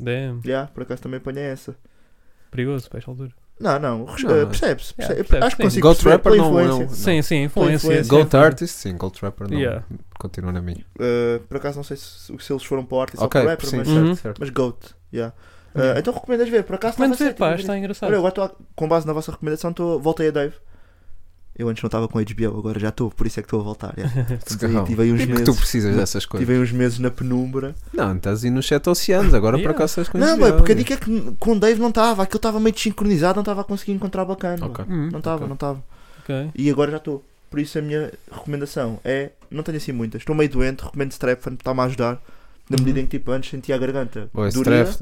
Speaker 8: Damn,
Speaker 6: Yeah, por acaso também apanhei essa.
Speaker 8: perigoso, pá, esta altura.
Speaker 6: Não, não, res-
Speaker 7: Não,
Speaker 6: eh,
Speaker 7: não.
Speaker 6: percebe-se. percebe-
Speaker 8: Yeah, percebe-se,
Speaker 6: Acho que
Speaker 8: sim.
Speaker 6: consigo
Speaker 7: Goat
Speaker 6: perceber pela
Speaker 7: rapper não-
Speaker 6: influência.
Speaker 7: não-
Speaker 8: Sim, sim, influência.
Speaker 6: Influência.
Speaker 7: Goat artist, sim, Goat rapper não.
Speaker 8: Yeah.
Speaker 7: Continua na minha.
Speaker 6: Eh, por acaso não sei se, se eles foram para o artist
Speaker 7: ok,
Speaker 6: ou para o rapper,
Speaker 7: sim,
Speaker 6: mas,
Speaker 8: Uhum.
Speaker 7: certo, certo.
Speaker 6: mas GOAT. yeah. Eh,
Speaker 8: Yeah.
Speaker 6: Então recomendas ver, por acaso
Speaker 8: Comendo
Speaker 6: estava
Speaker 8: ver,
Speaker 6: certo, eu
Speaker 8: pá,
Speaker 6: vi-
Speaker 8: está
Speaker 6: Olha,
Speaker 8: engraçado.
Speaker 6: agora estou a- com base na vossa recomendação, estou- voltei a Dave. Eu antes não estava com HBO, agora já estou, por isso é que estou a voltar. Yeah.
Speaker 7: Let's
Speaker 6: Tive aí-
Speaker 7: go.
Speaker 6: tive aí uns
Speaker 7: É que tu
Speaker 6: meses.
Speaker 7: precisas dessas coisas.
Speaker 6: Tive aí uns meses na penumbra.
Speaker 7: Não, estás aí nos sete oceanos, agora
Speaker 8: Yeah.
Speaker 7: por acaso estás com
Speaker 6: Não,
Speaker 7: inspirado.
Speaker 6: mano, porque a dica é que com o Dave não estava, aquilo estava meio sincronizado, não estava a conseguir encontrar bacana.
Speaker 7: Ok.
Speaker 6: mano. Não estava,
Speaker 7: ok.
Speaker 6: não estava.
Speaker 8: Hum, Ok.
Speaker 6: E agora já estou. Por isso a minha recomendação é, não tenho assim muitas, estou meio doente, recomendo Strephan, está-me a ajudar. Na medida em que tipo antes sentia a garganta.
Speaker 7: Uhum. Ou é esse
Speaker 6: doria.
Speaker 7: draft.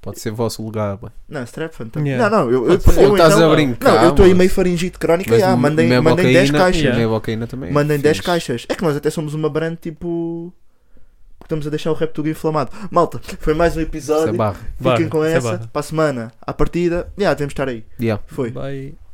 Speaker 7: Pode ser vosso lugar, bem.
Speaker 6: Não, Strephan também.
Speaker 8: Yeah.
Speaker 6: Não, não, eu, eu,
Speaker 7: Pode ser.
Speaker 6: eu
Speaker 7: Ou estás
Speaker 6: então-
Speaker 7: a brincar,
Speaker 6: Não, eu estou aí
Speaker 7: mas-
Speaker 6: meio faringite crónica, já,
Speaker 7: me-
Speaker 6: mandei,
Speaker 7: mesmo
Speaker 6: mandei
Speaker 7: a
Speaker 6: 10
Speaker 7: cocaína-
Speaker 6: caixas.
Speaker 8: Yeah.
Speaker 7: mesmo a cocaína também.
Speaker 6: Mandem 10
Speaker 7: É Fixe.
Speaker 6: caixas. É que nós até somos uma brand tipo. Porque estamos a deixar o rap do Gui inflamado. Malta, foi mais um
Speaker 7: Isso é
Speaker 6: episódio.
Speaker 7: barra.
Speaker 6: Fiquem
Speaker 8: Barra,
Speaker 6: com
Speaker 8: isso é
Speaker 6: essa.
Speaker 8: barra.
Speaker 6: Para a semana, à partida. Já, devemos estar aí.
Speaker 7: Yeah.
Speaker 6: Foi.
Speaker 8: Bye.